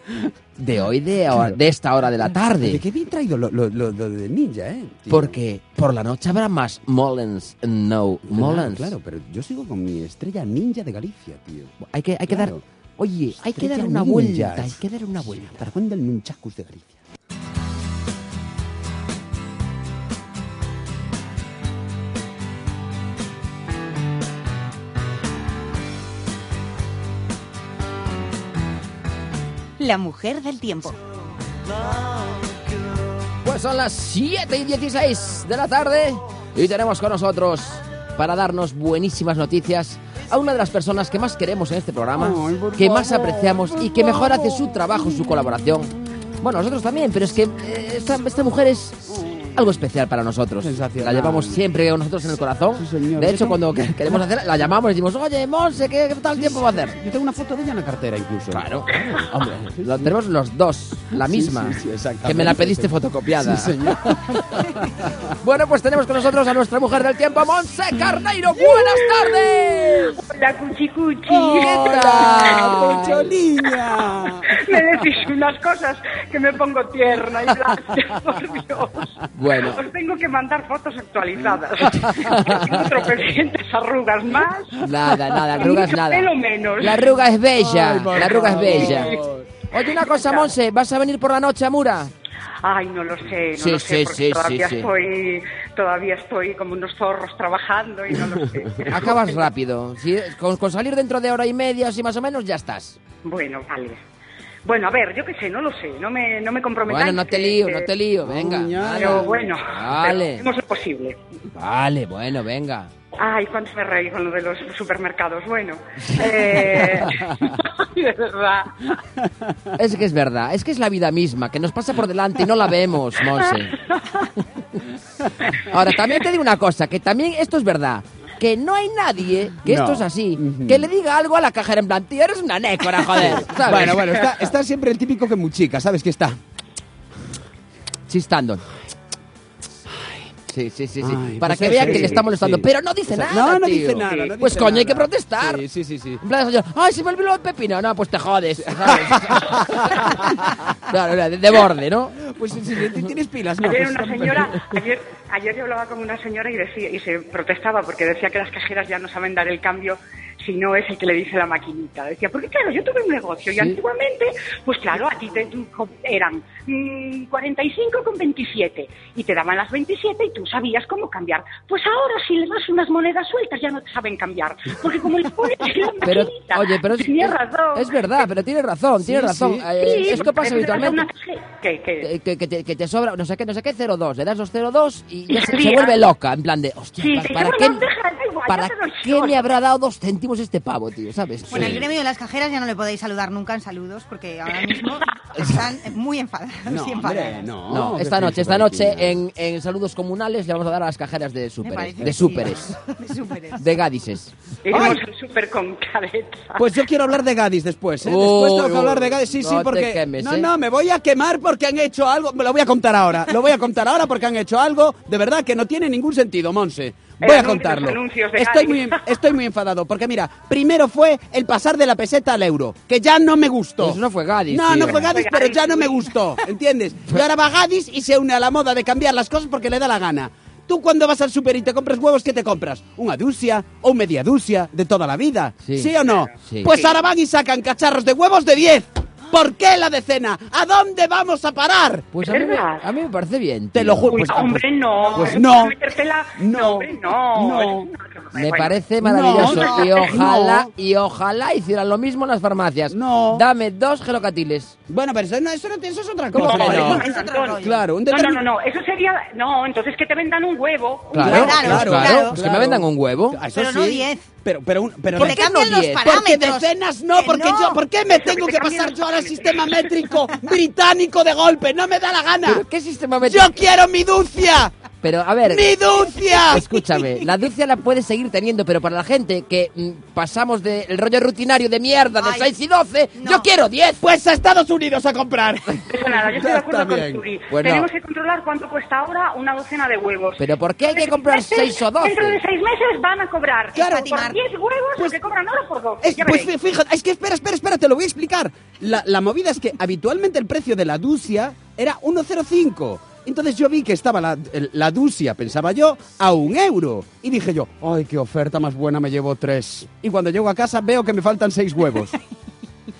Speaker 3: De hoy, de, ahora- de esta hora de la
Speaker 4: Oye,
Speaker 3: tarde.
Speaker 4: qué bien traído lo, lo- lo- lo de Ninja, ¿eh? tío.
Speaker 3: Porque por la noche habrá más Molens no
Speaker 4: Claro,
Speaker 3: Molens.
Speaker 4: Claro, pero yo sigo con mi estrella ninja de Galicia, tío.
Speaker 3: Hay que, hay que
Speaker 4: Claro.
Speaker 3: dar. Oye, hay que
Speaker 4: Estrella
Speaker 3: dar una
Speaker 4: ninja.
Speaker 3: vuelta. Hay que dar una vuelta.
Speaker 4: ¿Para cuándo el nunchakus de Galicia?
Speaker 5: La mujer del tiempo.
Speaker 3: Pues son las 7 y 16 de la tarde y tenemos con nosotros para darnos buenísimas noticias a una de las personas que más queremos en este programa,
Speaker 4: Ay, por
Speaker 3: que más
Speaker 4: favor,
Speaker 3: apreciamos
Speaker 4: por
Speaker 3: y que mejor hace
Speaker 4: favor.
Speaker 3: su trabajo, su colaboración. Bueno, nosotros también, pero es que eh, esta, esta mujer es algo especial para nosotros. La
Speaker 4: Sensacional.
Speaker 3: llevamos siempre con nosotros en el corazón.
Speaker 4: Sí, señor.
Speaker 3: De hecho,
Speaker 4: Yo
Speaker 3: cuando que- queremos hacer, la llamamos y decimos, oye, Monse, ¿qué, qué tal tiempo va a hacer?
Speaker 4: Yo tengo una foto de ella en la cartera incluso.
Speaker 3: Claro, hombre, lo tenemos los dos, la
Speaker 4: Ah, Sí,
Speaker 3: misma,
Speaker 4: sí, sí, exactamente.
Speaker 3: que me la pediste fotocopiada. bueno, pues tenemos con nosotros a nuestra mujer del tiempo, Monse Carneiro. ¡Buenas tardes!
Speaker 7: La cuchicuchi.
Speaker 4: ¡Hola, Pocholiña!
Speaker 7: Me decís unas cosas que me pongo tierna y blanca, por Dios.
Speaker 3: Bueno.
Speaker 7: Os tengo que mandar fotos actualizadas. Tengo tropecientes arrugas más.
Speaker 3: Nada, nada, arrugas
Speaker 7: Mucho
Speaker 3: nada.
Speaker 7: pelo menos.
Speaker 3: La arruga es bella,
Speaker 4: Ay, por
Speaker 3: la arruga es
Speaker 4: favor.
Speaker 3: bella. Oye, una cosa, Monse, ¿vas a venir por la noche a Mura?
Speaker 7: Ay, no lo sé, no
Speaker 3: Sí,
Speaker 7: lo sé,
Speaker 3: sí,
Speaker 7: porque
Speaker 3: sí,
Speaker 7: todavía,
Speaker 3: sí, sí.
Speaker 7: Estoy, todavía estoy como unos zorros trabajando y no lo sé.
Speaker 3: Acabas rápido. Si- con, con salir dentro de hora y media, así más o menos, ya estás.
Speaker 7: Bueno, vale. Bueno, a ver, yo qué sé, no lo sé, no me, no me comprometáis.
Speaker 3: Bueno, no te
Speaker 7: que-
Speaker 3: lío,
Speaker 7: que-
Speaker 3: no te lío, venga.
Speaker 4: Coño.
Speaker 3: vale.
Speaker 7: Pero bueno,
Speaker 3: Vale.
Speaker 7: pero hacemos lo posible.
Speaker 3: Vale, bueno, venga.
Speaker 7: Ay, cuánto me reí con lo de los supermercados. Bueno, eh, de verdad.
Speaker 3: Es que es verdad, es que es la vida misma, que nos pasa por delante y no la vemos, Monse. Ahora, también te digo una cosa, que también esto es verdad. Que no hay nadie, que
Speaker 4: No.
Speaker 3: esto es así, que le diga algo a la cajera en plan, tío, eres una nécora, joder. ¿sabes?
Speaker 4: Bueno, bueno, está, está siempre el típico que muchica, ¿sabes? Que está.
Speaker 3: Chistando. Sí, sí, sí. sí.
Speaker 4: Ay,
Speaker 3: Para
Speaker 4: pues
Speaker 3: que
Speaker 4: eso,
Speaker 3: vea que
Speaker 4: sí,
Speaker 3: le está molestando.
Speaker 4: sí.
Speaker 3: Pero no dice
Speaker 4: O sea,
Speaker 3: nada.
Speaker 4: No, no
Speaker 3: tío.
Speaker 4: dice nada. no dice
Speaker 3: Pues coño, hay
Speaker 4: nada.
Speaker 3: que protestar.
Speaker 4: Sí, sí, sí. sí.
Speaker 3: En plan, yo, ay, se me olvidó el pepino. No, pues te jodes. ¿sabes? claro, era de, de borde, ¿no?
Speaker 4: Pues sí, sí, sí, tienes pilas, ¿no?
Speaker 7: Ayer
Speaker 4: pues,
Speaker 7: una señora, ayer, ayer yo hablaba con una señora y decía, y se protestaba porque decía que las cajeras ya no saben dar el cambio si no es el que le dice la maquinita. Decía, porque claro, yo tuve un negocio y antiguamente, pues claro, a ti te, eran mm, 45 con 27 y te daban las 27 y tú sabías cómo cambiar. Pues ahora si le das unas monedas sueltas ya no te saben cambiar, porque como le pones en la
Speaker 3: Pero,
Speaker 7: maquinita,
Speaker 3: oye, pero es,
Speaker 7: tenía
Speaker 3: es-
Speaker 7: razón.
Speaker 3: es verdad, pero tienes razón, tienes razón.
Speaker 4: sí.
Speaker 3: Eh, esto
Speaker 7: porque
Speaker 3: pasa
Speaker 7: le das a una
Speaker 3: habitualmente. Eh,
Speaker 7: caje- que- que-
Speaker 3: Que, que- que te, que te sobra, no sé qué, no sé qué, 0,2. Le das los 0,2 y ya se,
Speaker 7: Sí,
Speaker 3: se vuelve
Speaker 7: ah.
Speaker 3: loca. En plan de, hostia,
Speaker 7: Sí,
Speaker 3: pa-
Speaker 7: sí,
Speaker 3: ¿para,
Speaker 7: bueno,
Speaker 3: qué,
Speaker 7: no, deja, da igual,
Speaker 3: ¿para
Speaker 7: ya te doy
Speaker 3: qué
Speaker 7: sol.
Speaker 3: me habrá dado dos céntimos este pavo, tío? ¿Sabes?
Speaker 5: Bueno, el
Speaker 3: Sí.
Speaker 5: gremio de las cajeras ya no le podéis saludar nunca en saludos porque ahora mismo están muy enfadados
Speaker 4: No,
Speaker 5: y
Speaker 4: hombre,
Speaker 5: enfadadas.
Speaker 4: no.
Speaker 3: No,
Speaker 4: que
Speaker 3: esta
Speaker 4: tienes
Speaker 3: noche, esta
Speaker 4: tranquila.
Speaker 3: noche en, en saludos comunales le vamos a dar a las cajeras de
Speaker 5: Me
Speaker 3: súperes,
Speaker 5: parece
Speaker 3: de
Speaker 5: que sí.
Speaker 3: súperes,
Speaker 5: De súperes.
Speaker 3: de Gadises.
Speaker 7: Iremos al súper con caleta.
Speaker 4: Pues yo quiero hablar de Gadis después, ¿eh? Después
Speaker 3: Uy,
Speaker 4: tengo que hablar de
Speaker 3: uy,
Speaker 4: Gadis. Sí,
Speaker 3: no
Speaker 4: sí,
Speaker 3: te
Speaker 4: porque.
Speaker 3: quemes,
Speaker 4: no,
Speaker 3: ¿eh?
Speaker 4: no, me voy a quemar porque han hecho algo. Me lo voy a contar ahora. Lo voy a contar ahora porque han hecho algo de verdad que no tiene ningún sentido, Monse. Voy a
Speaker 7: anuncio-
Speaker 4: contarlo.
Speaker 7: anuncios de
Speaker 4: Estoy
Speaker 7: Gadis.
Speaker 4: muy, estoy muy enfadado porque, mira, primero fue el pasar de la peseta al euro, que ya no me gustó.
Speaker 3: Eso no fue Gadis,
Speaker 4: No, no
Speaker 3: tío.
Speaker 4: fue Gadis,
Speaker 7: Fue
Speaker 4: pero
Speaker 7: Gadis,
Speaker 4: ya no me
Speaker 7: sí.
Speaker 4: gustó. ¿Entiendes? Y ahora va Gadis y se une a la moda de cambiar las cosas porque le da la gana. Tú cuando vas al súper y te compras huevos, ¿qué te compras? ¿Una ducia o media ducia de toda la vida?
Speaker 3: Sí.
Speaker 4: ¿Sí o no?
Speaker 3: Sí.
Speaker 4: Pues ahora van y sacan cacharros de huevos de 10. ¿Por qué la decena? ¿A dónde vamos a parar?
Speaker 3: Pues a mí, me,
Speaker 7: ¿Verdad?
Speaker 3: a mí me parece bien.
Speaker 4: Te
Speaker 3: tío.
Speaker 4: lo juro.
Speaker 7: Uy,
Speaker 4: Pues, ah,
Speaker 7: hombre,
Speaker 4: pues-
Speaker 7: no.
Speaker 4: pues
Speaker 7: ¿Puedes
Speaker 4: no.
Speaker 7: metértela?
Speaker 4: No.
Speaker 7: hombre, no.
Speaker 4: No.
Speaker 3: Me
Speaker 7: Bueno,
Speaker 3: parece maravilloso
Speaker 4: no,
Speaker 3: y ojalá
Speaker 4: no.
Speaker 3: y ojalá hicieran lo mismo en las farmacias.
Speaker 4: No.
Speaker 3: Dame dos gelocatiles.
Speaker 4: Bueno, pero eso, no- eso, no, eso es otra
Speaker 3: ¿Cómo
Speaker 4: cosa.
Speaker 3: que no?
Speaker 4: Es otro
Speaker 5: Claro,
Speaker 4: rollo. Claro, un
Speaker 7: No, no,
Speaker 4: determin-
Speaker 7: no, no, eso sería... No, entonces que te vendan un huevo.
Speaker 3: Claro,
Speaker 4: Claro,
Speaker 3: pues
Speaker 4: claro,
Speaker 5: claro.
Speaker 3: Pues que me vendan un huevo.
Speaker 4: Ah, eso
Speaker 5: Pero no
Speaker 4: sí.
Speaker 5: 10.
Speaker 4: Pero, pero, un- pero
Speaker 5: Que
Speaker 4: de-
Speaker 5: te cambian
Speaker 3: no
Speaker 5: los
Speaker 3: 10?
Speaker 4: Porque
Speaker 5: parámetros.
Speaker 4: decenas no,
Speaker 5: Que
Speaker 4: porque
Speaker 5: no.
Speaker 4: yo, ¿por qué me tengo
Speaker 7: te
Speaker 4: que
Speaker 7: cambian
Speaker 4: pasar
Speaker 7: los
Speaker 4: yo ahora al
Speaker 7: parámetros.
Speaker 4: sistema métrico británico de golpe? No me da la gana.
Speaker 3: ¿Pero qué sistema me
Speaker 4: Yo quiero mi ducia.
Speaker 3: Pero a ver,
Speaker 4: ¡Mi ducia!
Speaker 3: escúchame, la dulce la puedes seguir teniendo, pero para la gente que mm, pasamos del rollo rutinario de mierda de
Speaker 5: Ay,
Speaker 3: 6 y 12,
Speaker 5: no.
Speaker 3: yo quiero 10.
Speaker 4: Pues a Estados Unidos a comprar.
Speaker 7: Eso nada, yo estoy de
Speaker 4: Ya
Speaker 7: acuerdo
Speaker 4: está
Speaker 7: con
Speaker 4: bien.
Speaker 7: Turi.
Speaker 3: Bueno.
Speaker 7: Tenemos que controlar cuánto cuesta ahora una docena de huevos.
Speaker 3: Pero ¿por qué hay
Speaker 7: Dentro
Speaker 3: que
Speaker 7: de
Speaker 3: comprar
Speaker 7: meses-
Speaker 3: seis o doce?
Speaker 7: Dentro de seis meses van a cobrar
Speaker 4: Claro.
Speaker 7: por 10 huevos lo que cobran ahora por dos.
Speaker 4: Es,
Speaker 7: Ya
Speaker 4: pues
Speaker 7: veréis.
Speaker 4: fí- fíjate, es que espera, espera, espera, te lo voy a explicar. La, la movida es que habitualmente el precio de la Ducia era 1,05. Entonces yo vi que estaba la, el- la Ducia, pensaba yo, a un euro. Y dije yo, ¡ay, qué oferta más buena! Me llevo tres. Y cuando llego a casa veo que me faltan seis huevos.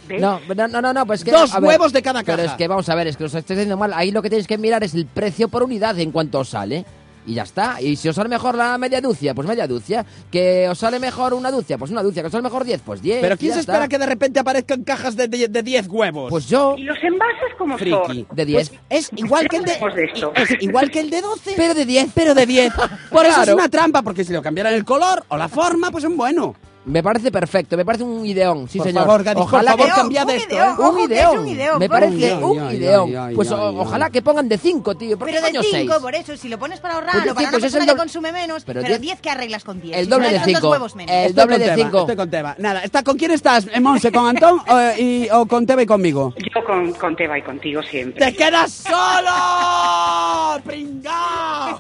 Speaker 7: ¿Ves?
Speaker 3: No, no, no, no, no, pues que...
Speaker 4: ¿Eh? Dos
Speaker 3: a ver,
Speaker 4: huevos de cada
Speaker 3: Pero
Speaker 4: caja.
Speaker 3: es que vamos a ver, es que os estáis haciendo mal. Ahí lo que tenéis que mirar es el precio por unidad en cuanto os sale. Y ya está. Y si os sale mejor la media ducia, pues media ducia. Que os sale mejor una ducia, pues una ducia. Que os sale mejor 10, pues 10.
Speaker 4: Pero ¿quién
Speaker 3: ya
Speaker 4: se
Speaker 3: está.
Speaker 4: espera que de repente aparezcan cajas de 10 de, 10 huevos?
Speaker 3: Pues yo,
Speaker 7: ¿Y los envases como
Speaker 4: friki.
Speaker 7: son?
Speaker 3: de 10.
Speaker 4: Es igual que el de,
Speaker 7: hablemos de esto.
Speaker 4: es igual que el de 12.
Speaker 3: Pero de 10.
Speaker 4: pero de 10. Por eso es
Speaker 3: Claro.
Speaker 4: una trampa, porque si lo cambiaran el color o la forma, pues es bueno.
Speaker 3: Me parece perfecto, me parece un ideón, sí
Speaker 4: Por
Speaker 3: señor.
Speaker 4: favor, Gadis, por
Speaker 3: ojalá
Speaker 4: favor,
Speaker 3: que-
Speaker 5: Ideón,
Speaker 4: cambiad
Speaker 5: un
Speaker 4: esto,
Speaker 5: ideón,
Speaker 4: ¿eh?
Speaker 5: ojo, que es un ideón,
Speaker 3: Me
Speaker 5: por-
Speaker 3: parece
Speaker 4: Dios,
Speaker 3: un
Speaker 4: ay, ay,
Speaker 3: ideón.
Speaker 4: ay,
Speaker 3: pues
Speaker 4: ay,
Speaker 3: o-
Speaker 4: ay.
Speaker 3: ojalá que pongan de 5, tío. ¿Por qué
Speaker 5: Pero de
Speaker 3: coño
Speaker 5: 5,
Speaker 3: seis?
Speaker 5: por eso, si lo pones para
Speaker 3: Pues
Speaker 5: ahorrar
Speaker 3: de
Speaker 5: o para
Speaker 3: cinco, si
Speaker 5: una
Speaker 3: es
Speaker 5: persona
Speaker 3: el
Speaker 5: que
Speaker 3: doble-
Speaker 5: consume menos,
Speaker 3: Pero
Speaker 5: pero
Speaker 3: diez-
Speaker 5: 10 que arreglas con 10.
Speaker 3: El doble de cinco. Eh,
Speaker 5: huevos menos.
Speaker 3: El
Speaker 4: Estoy
Speaker 3: doble
Speaker 4: con
Speaker 3: de
Speaker 4: tema,
Speaker 3: cinco.
Speaker 4: Estoy con tema. Nada, ¿está, ¿con quién estás? eh, Monse? ¿Con Antón o, y- o con Teba y conmigo?
Speaker 7: Yo con, con Teba y contigo siempre.
Speaker 4: ¡Te quedas solo! ¡Pringao!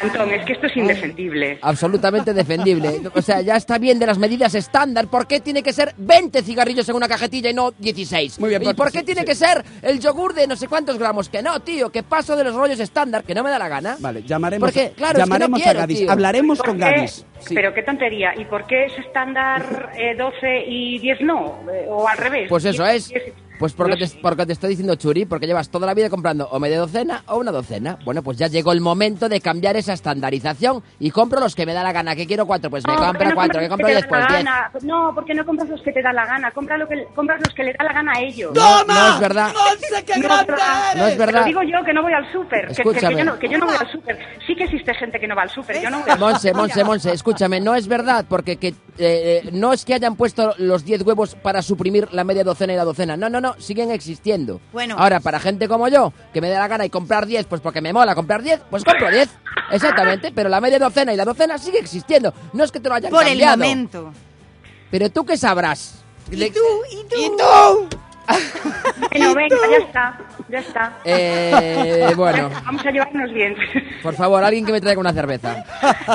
Speaker 7: Antón, es que esto es indefendible.
Speaker 3: Absolutamente defendible. O sea, ya está bien de las medidas estándar. ¿Por qué tiene que ser 20 cigarrillos en una cajetilla y no 16?
Speaker 4: Muy bien,
Speaker 3: ¿Y
Speaker 4: pues,
Speaker 3: por qué
Speaker 4: sí,
Speaker 3: tiene
Speaker 4: sí.
Speaker 3: que ser el yogur de no sé cuántos gramos? Que no, tío, que paso de los rollos estándar, que no me da la gana.
Speaker 4: Vale, llamaremos,
Speaker 3: Porque, claro, es que no
Speaker 4: llamaremos
Speaker 3: quiero,
Speaker 4: a Gadis.
Speaker 3: tío.
Speaker 4: Hablaremos con
Speaker 7: ¿Por qué?
Speaker 4: Gadis. Sí.
Speaker 7: Pero qué tontería. ¿Y por qué es estándar eh, 12 y 10 no? Eh, o al revés.
Speaker 3: Pues eso
Speaker 7: 10,
Speaker 3: es.
Speaker 7: 10.
Speaker 3: Pues porque
Speaker 7: No
Speaker 3: te,
Speaker 7: sé.
Speaker 3: porque te está diciendo Churi, porque llevas toda la vida comprando o media docena o una docena. Bueno, pues ya llegó el momento de cambiar esa estandarización y compro los que me da la gana. Que quiero cuatro, pues me
Speaker 7: No,
Speaker 3: compro
Speaker 7: porque no
Speaker 3: cuatro, que
Speaker 7: compras
Speaker 3: compro
Speaker 7: los
Speaker 3: diez,
Speaker 7: que te
Speaker 3: pues
Speaker 7: da la
Speaker 3: diez.
Speaker 7: gana. No, porque no compras los que te da la gana. Compra lo que, compras los que le da la gana a ellos.
Speaker 4: ¡Toma!
Speaker 3: No es verdad.
Speaker 4: ¡Monse, qué
Speaker 7: No,
Speaker 4: grande
Speaker 7: ¿verdad?
Speaker 4: eres!
Speaker 3: No es
Speaker 7: Te
Speaker 3: verdad.
Speaker 7: lo digo yo que no voy al súper. Que, que- que
Speaker 3: Escúchame.
Speaker 7: yo no, que yo no voy al súper. Sí que existe gente que no va al súper. Yo no voy al
Speaker 3: Monse, Monse, Monse, escúchame, no es verdad, porque que, eh, eh, no es que hayan puesto los 10 huevos para suprimir la media docena y la docena. No, no, no, siguen existiendo.
Speaker 5: Bueno.
Speaker 3: Ahora, para gente como yo, que me da la gana y comprar 10, pues porque me mola comprar 10, pues compro 10. Exactamente, pero la media docena y la docena sigue existiendo. No es que te lo hayan
Speaker 5: Por el
Speaker 3: cambiado.
Speaker 5: momento.
Speaker 3: Pero tú qué sabrás.
Speaker 5: ¿Y
Speaker 3: Le-
Speaker 5: tú? ¿Y tú?
Speaker 4: ¿Y tú?
Speaker 7: Bueno, venga, ya está, ya está.
Speaker 1: Eh, bueno,
Speaker 7: Vamos a llevarnos bien.
Speaker 1: por favor, alguien que me traiga una cerveza.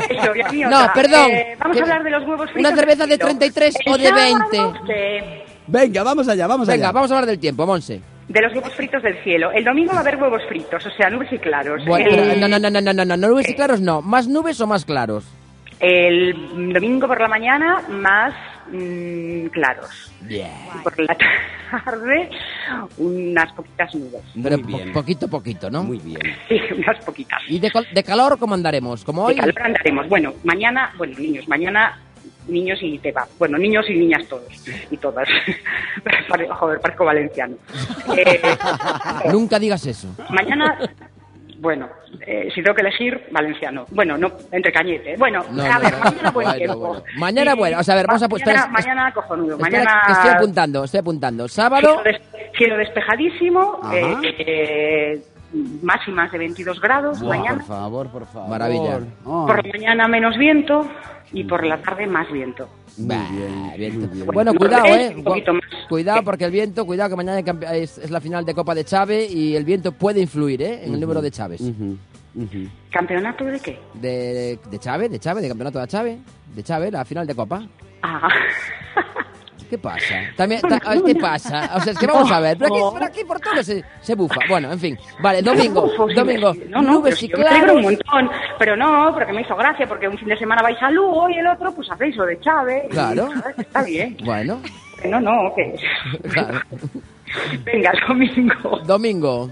Speaker 7: Eso, y a mí
Speaker 1: No,
Speaker 7: otra.
Speaker 1: perdón.
Speaker 7: Eh, vamos
Speaker 1: Que-
Speaker 7: a hablar de los huevos fritos.
Speaker 1: ¿Una cerveza de
Speaker 7: kilo.
Speaker 1: 33 o
Speaker 7: El
Speaker 1: de
Speaker 7: sábado
Speaker 1: 20?
Speaker 7: de-
Speaker 4: Venga, vamos allá, vamos
Speaker 1: Venga,
Speaker 4: allá.
Speaker 1: vamos a hablar del tiempo, Monse.
Speaker 7: De los huevos fritos del cielo. El domingo va a haber huevos fritos, o sea, nubes y claros.
Speaker 1: Bueno,
Speaker 7: el,
Speaker 1: pero- no, no, no, no, no, no, no, nubes y claros no. ¿Más nubes o más claros?
Speaker 7: el domingo por la mañana más mm, claros. Y Por la tarde unas poquitas nubes.
Speaker 1: Pero
Speaker 8: Muy
Speaker 1: po-
Speaker 8: bien.
Speaker 1: poquito a poquito, ¿no?
Speaker 8: Muy bien.
Speaker 7: Sí, unas poquitas.
Speaker 1: ¿Y de, col- de calor cómo andaremos? ¿Como hoy?
Speaker 7: De calor andaremos. Bueno, mañana, bueno, niños, mañana niños y te va. Bueno, niños y niñas todos y todas. Pare- Joder, parco valenciano. Eh,
Speaker 1: Nunca digas eso.
Speaker 7: mañana, bueno, eh, si tengo que elegir, valenciano. Bueno, no, entre cañete. ¿eh? Bueno,
Speaker 1: No,
Speaker 7: a
Speaker 1: no,
Speaker 7: ver,
Speaker 1: no.
Speaker 7: mañana buen
Speaker 1: Bueno,
Speaker 7: tiempo.
Speaker 1: bueno. Mañana bueno, o sea, a ver, vamos a-
Speaker 7: Mañana,
Speaker 1: espera,
Speaker 7: mañana cojonudo.
Speaker 1: Espera,
Speaker 7: mañana
Speaker 1: que estoy apuntando, estoy apuntando. Sábado,
Speaker 7: Cielo, des- cielo despejadísimo,
Speaker 4: Ajá.
Speaker 7: eh, eh, máximas de 22 grados
Speaker 4: Buah,
Speaker 7: mañana.
Speaker 4: por favor, por favor.
Speaker 1: Maravilla.
Speaker 4: Oh,
Speaker 7: Por la mañana menos viento y por la tarde más viento.
Speaker 4: muy
Speaker 1: Bah,
Speaker 4: bien,
Speaker 1: viento.
Speaker 4: muy bien.
Speaker 1: Bueno,
Speaker 7: Lo
Speaker 1: cuidado,
Speaker 7: veréis
Speaker 1: eh.
Speaker 7: un poquito más.
Speaker 1: Gua- Cuidado porque el viento, cuidado que mañana hay campe- es, es la final de Copa de Chávez y el viento puede influir, eh, en el número de Chávez.
Speaker 4: Ujú, ujú.
Speaker 7: ¿Campeonato de qué?
Speaker 1: De, de Chávez, de Chávez, de campeonato de Chávez, de Chávez, la final de Copa.
Speaker 7: Ah.
Speaker 1: ¿Qué pasa? También, ta- a ver, ¿Qué pasa? O sea, es que vamos a ver. Pero aquí, por aquí, por todo se, se bufa. Bueno, en fin. Vale, domingo.
Speaker 7: Uf, sí,
Speaker 1: Domingo.
Speaker 7: sí. No, no,
Speaker 1: nubes
Speaker 7: pero
Speaker 1: y
Speaker 7: sí, yo me alegro un
Speaker 1: claros.
Speaker 7: montón. Pero no, porque me hizo gracia, porque un fin de semana vais a Lugo y el otro, pues hacéis lo de Chávez. Y,
Speaker 1: Claro.
Speaker 7: joder, Está bien.
Speaker 1: Bueno,
Speaker 7: No, no, que.
Speaker 1: claro.
Speaker 7: Venga, domingo.
Speaker 1: Domingo.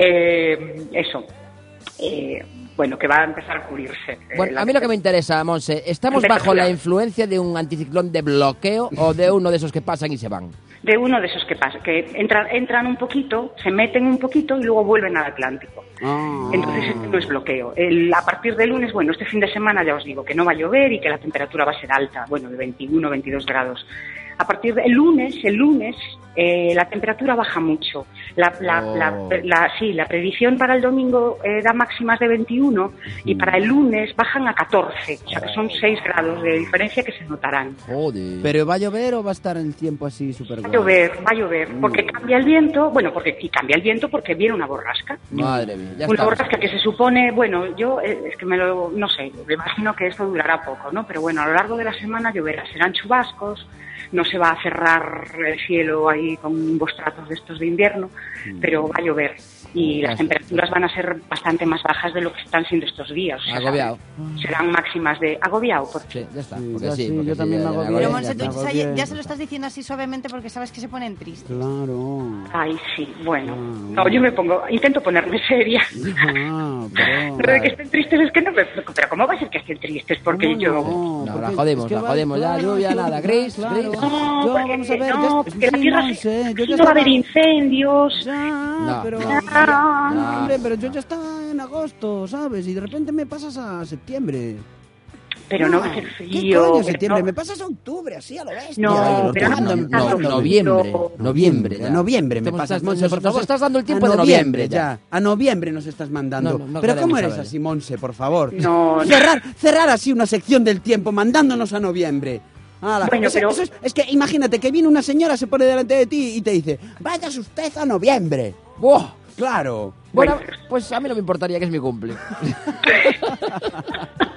Speaker 7: Eh, eso. Eh, bueno, que va a empezar a cubrirse. eh,
Speaker 1: Bueno,
Speaker 7: la-
Speaker 1: a mí lo que me interesa, Monse, ¿estamos bajo la influencia de un anticiclón de bloqueo o de uno de esos que pasan y se van?
Speaker 7: De uno de esos que pasa, que entran, entran un poquito, se meten un poquito y luego vuelven al Atlántico.
Speaker 4: Ah.
Speaker 7: Entonces este no es bloqueo. El- a partir de lunes, bueno, este fin de semana ya os digo que no va a llover y que la temperatura va a ser alta, bueno, de 21, 22 grados. A partir del lunes, el lunes, eh, la temperatura baja mucho. La, la-
Speaker 1: Oh.
Speaker 7: la- la- sí, la predicción para el domingo eh, da máximas de 21 y para el lunes bajan a 14, o sea que son 6 grados de diferencia que se notarán.
Speaker 1: Joder.
Speaker 4: ¿Pero va a llover o va a estar el tiempo así súper
Speaker 7: Va a
Speaker 4: guay?
Speaker 7: llover, va a llover,
Speaker 1: Mm.
Speaker 7: porque cambia el viento, bueno, porque y cambia el viento porque viene una borrasca.
Speaker 1: Madre mía, ya
Speaker 7: una
Speaker 1: está.
Speaker 7: borrasca que se supone, bueno, yo eh, es que me lo, no sé, me imagino que esto durará poco, ¿no? Pero bueno, a lo largo de la semana lloverá, serán chubascos, no se va a cerrar el cielo ahí con bostratos de estos de invierno,
Speaker 1: Mm.
Speaker 7: pero va a llover y las temperaturas van a ser bastante más bajas de lo que están siendo estos días. o sea,
Speaker 1: Agobiado.
Speaker 7: Serán máximas de agobiado, porque
Speaker 1: Sí, ya está.
Speaker 4: Sí,
Speaker 1: Porque
Speaker 4: ya
Speaker 1: sí,
Speaker 4: sí,
Speaker 1: porque
Speaker 4: yo
Speaker 1: sí,
Speaker 4: también
Speaker 1: ya-
Speaker 4: me
Speaker 1: ya-
Speaker 4: hago
Speaker 1: ya-
Speaker 5: Pero
Speaker 4: bien,
Speaker 1: ya-
Speaker 5: Monse, tú
Speaker 4: está,
Speaker 5: ya,
Speaker 4: bien.
Speaker 5: ya se lo estás diciendo así suavemente porque sabes que se ponen tristes.
Speaker 4: Claro.
Speaker 7: Ay, sí, bueno.
Speaker 1: Mm.
Speaker 7: No, yo me pongo, intento ponerme seria.
Speaker 4: Ah, pero...
Speaker 7: Pero de que estén tristes es que no me preocupo. Pero ¿cómo va a ser que estén tristes? Porque yo...
Speaker 4: No,
Speaker 1: No,
Speaker 4: porque
Speaker 1: la jodemos,
Speaker 4: es que
Speaker 1: la
Speaker 4: va-
Speaker 1: jodemos, ya,
Speaker 4: claro,
Speaker 1: lluvia,
Speaker 4: es que
Speaker 1: nada,
Speaker 4: va-
Speaker 1: gris,
Speaker 4: claro.
Speaker 1: gris.
Speaker 7: No,
Speaker 4: Yo,
Speaker 7: porque-
Speaker 4: vamos a ver,
Speaker 7: no,
Speaker 4: ya-
Speaker 7: porque la
Speaker 4: sí,
Speaker 7: tierra
Speaker 4: no
Speaker 7: se-
Speaker 4: sé, yo
Speaker 7: si
Speaker 4: ya
Speaker 7: no
Speaker 4: estaba-
Speaker 7: va a haber incendios.
Speaker 4: Ya,
Speaker 1: No,
Speaker 4: pero...
Speaker 1: no,
Speaker 4: Ya,
Speaker 1: no,
Speaker 4: no, hombre, pero
Speaker 1: no.
Speaker 4: yo ya estaba en agosto, ¿sabes? Y de repente me pasas a septiembre. Ah,
Speaker 7: Pero no va a ser
Speaker 4: ¿Qué
Speaker 7: frío.
Speaker 4: coño
Speaker 7: pero
Speaker 4: septiembre?
Speaker 7: no-
Speaker 4: Me pasas a octubre, así a lo bestia.
Speaker 7: No,
Speaker 1: Ay,
Speaker 7: pero
Speaker 1: no,
Speaker 7: no-
Speaker 4: Tocándome,
Speaker 1: no,
Speaker 4: tocándome.
Speaker 1: noviembre,
Speaker 7: Noviembre,
Speaker 1: noviembre, ya.
Speaker 4: Noviembre me
Speaker 1: Estamos-
Speaker 4: pasas,
Speaker 1: estás-
Speaker 4: Monse,
Speaker 1: nos-
Speaker 4: por
Speaker 1: nos
Speaker 4: favor.
Speaker 1: estás dando el tiempo
Speaker 4: A
Speaker 1: de noviembre, ya.
Speaker 4: ya. A noviembre nos estás mandando.
Speaker 1: No, no, no
Speaker 4: Pero ¿cómo
Speaker 1: queremos
Speaker 4: eres
Speaker 1: saber.
Speaker 4: así, Monse, por favor?
Speaker 7: No, no.
Speaker 4: Cerrar, cerrar así una sección del tiempo, mandándonos a noviembre. Ala,
Speaker 7: Bueno,
Speaker 4: eso-
Speaker 7: pero-
Speaker 4: eso es, es que imagínate que viene una señora, se pone delante de ti y te dice, vayas usted a noviembre.
Speaker 1: Buah.
Speaker 4: Claro.
Speaker 1: Bueno, pues a mí no me importaría que es mi cumple.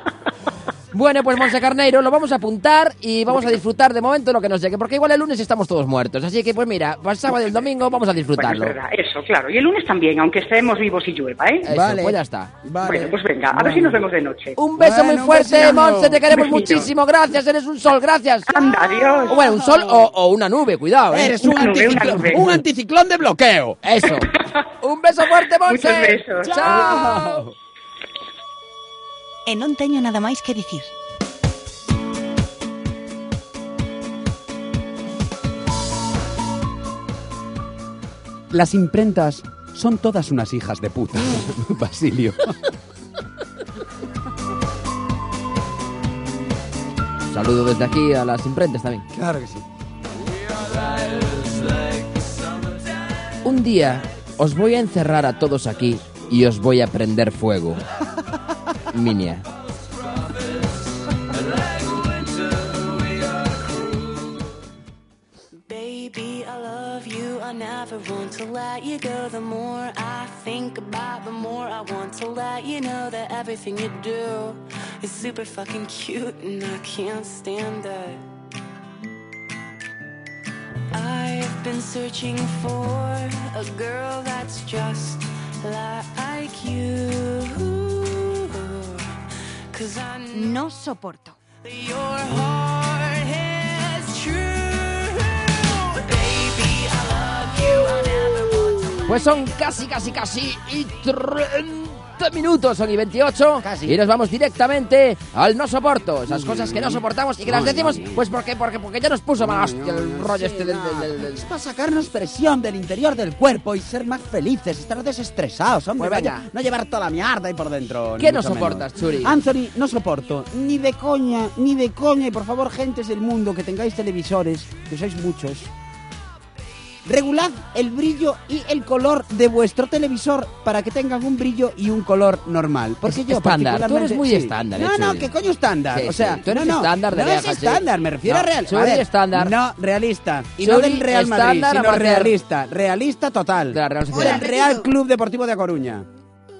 Speaker 1: Bueno, pues Monse Carneiro, lo vamos a apuntar y vamos a disfrutar de momento lo que nos llegue, porque igual el lunes estamos todos muertos. Así que, pues mira, para el sábado y el domingo vamos a
Speaker 7: Bueno, es
Speaker 1: disfrutarlo.
Speaker 7: verdad, eso, claro. Y el lunes también, aunque estemos vivos y llueva, ¿eh?
Speaker 1: Eso,
Speaker 4: Vale.
Speaker 1: pues ya está.
Speaker 4: Vale.
Speaker 7: Bueno, pues venga, a ver si nos vemos de noche.
Speaker 1: Un beso
Speaker 4: Bueno,
Speaker 1: muy
Speaker 4: un
Speaker 1: fuerte,
Speaker 4: besito.
Speaker 1: Monse, te queremos
Speaker 7: Un besito.
Speaker 1: muchísimo. Gracias, eres un sol, gracias.
Speaker 7: Anda, adiós.
Speaker 1: O bueno, un sol o, o una nube, cuidado, ¿eh?
Speaker 4: Ah, Eres un,
Speaker 7: Una nube, una
Speaker 4: anticiclón,
Speaker 7: nube.
Speaker 4: un anticiclón de bloqueo.
Speaker 1: Eso. Un beso fuerte, Monse.
Speaker 7: Muchos besos.
Speaker 4: Ah.
Speaker 1: Chao.
Speaker 9: E non teño nada máis que dicir.
Speaker 4: Las imprentas son todas unas hijas de puta, Basilio.
Speaker 1: Saludo desde aquí a las imprentas también.
Speaker 4: Claro que sí.
Speaker 1: Un día os voy a encerrar a todos aquí y os voy a prender fuego. Minia.
Speaker 6: Baby, I love you. I want to let you go. The more I think about, the more I want to let you know that everything you do is super fucking cute, and I can't stand it. I've been searching for a girl that's just like you. Cause I know
Speaker 5: No soporto.
Speaker 6: your heart is true. Baby, I love you. I never want to
Speaker 3: Pues son casi, casi, casi y 30 minutos, son y 28. Casi. Y nos vamos directamente al no soporto. Esas cosas que no soportamos y que las decimos, pues porque, porque, porque ya nos puso mal hostia el rollo este del... del- del- del-
Speaker 4: Es para sacarnos presión del interior del cuerpo y ser más felices, estar desestresados, hombre.
Speaker 3: Pues
Speaker 4: vaya,
Speaker 3: venga.
Speaker 4: no llevar toda la mierda ahí por dentro.
Speaker 3: ¿Qué
Speaker 4: ni
Speaker 3: no
Speaker 4: mucho
Speaker 3: soportas,
Speaker 4: menos.
Speaker 3: Churi?
Speaker 4: Anthony, no soporto. Ni de coña, ni de coña. Y por favor, gentes del mundo que tengáis televisores, que sois muchos, regulad el brillo y el color de vuestro televisor para que tengan un brillo y un color normal. Porque
Speaker 3: Es
Speaker 4: yo
Speaker 3: estándar, tú eres
Speaker 4: particularmente-
Speaker 3: muy
Speaker 4: sí.
Speaker 3: estándar, eh,
Speaker 4: No, no,
Speaker 3: Churi.
Speaker 4: ¿qué coño estándar?
Speaker 3: Sí,
Speaker 4: o sea,
Speaker 3: sí, tú eres
Speaker 4: no, no,
Speaker 3: estándar de
Speaker 4: no
Speaker 3: vieja,
Speaker 4: es
Speaker 3: sí.
Speaker 4: estándar, me refiero
Speaker 3: No,
Speaker 4: a real.
Speaker 3: Churi
Speaker 4: a ver,
Speaker 3: estándar.
Speaker 4: No, realista. Y no
Speaker 3: Churi
Speaker 4: del Real Madrid,
Speaker 3: estándar,
Speaker 4: sino
Speaker 3: amateur.
Speaker 4: realista. Realista total.
Speaker 3: De la Real
Speaker 4: Del
Speaker 3: Sociedad.
Speaker 4: Real Club Deportivo de A Coruña.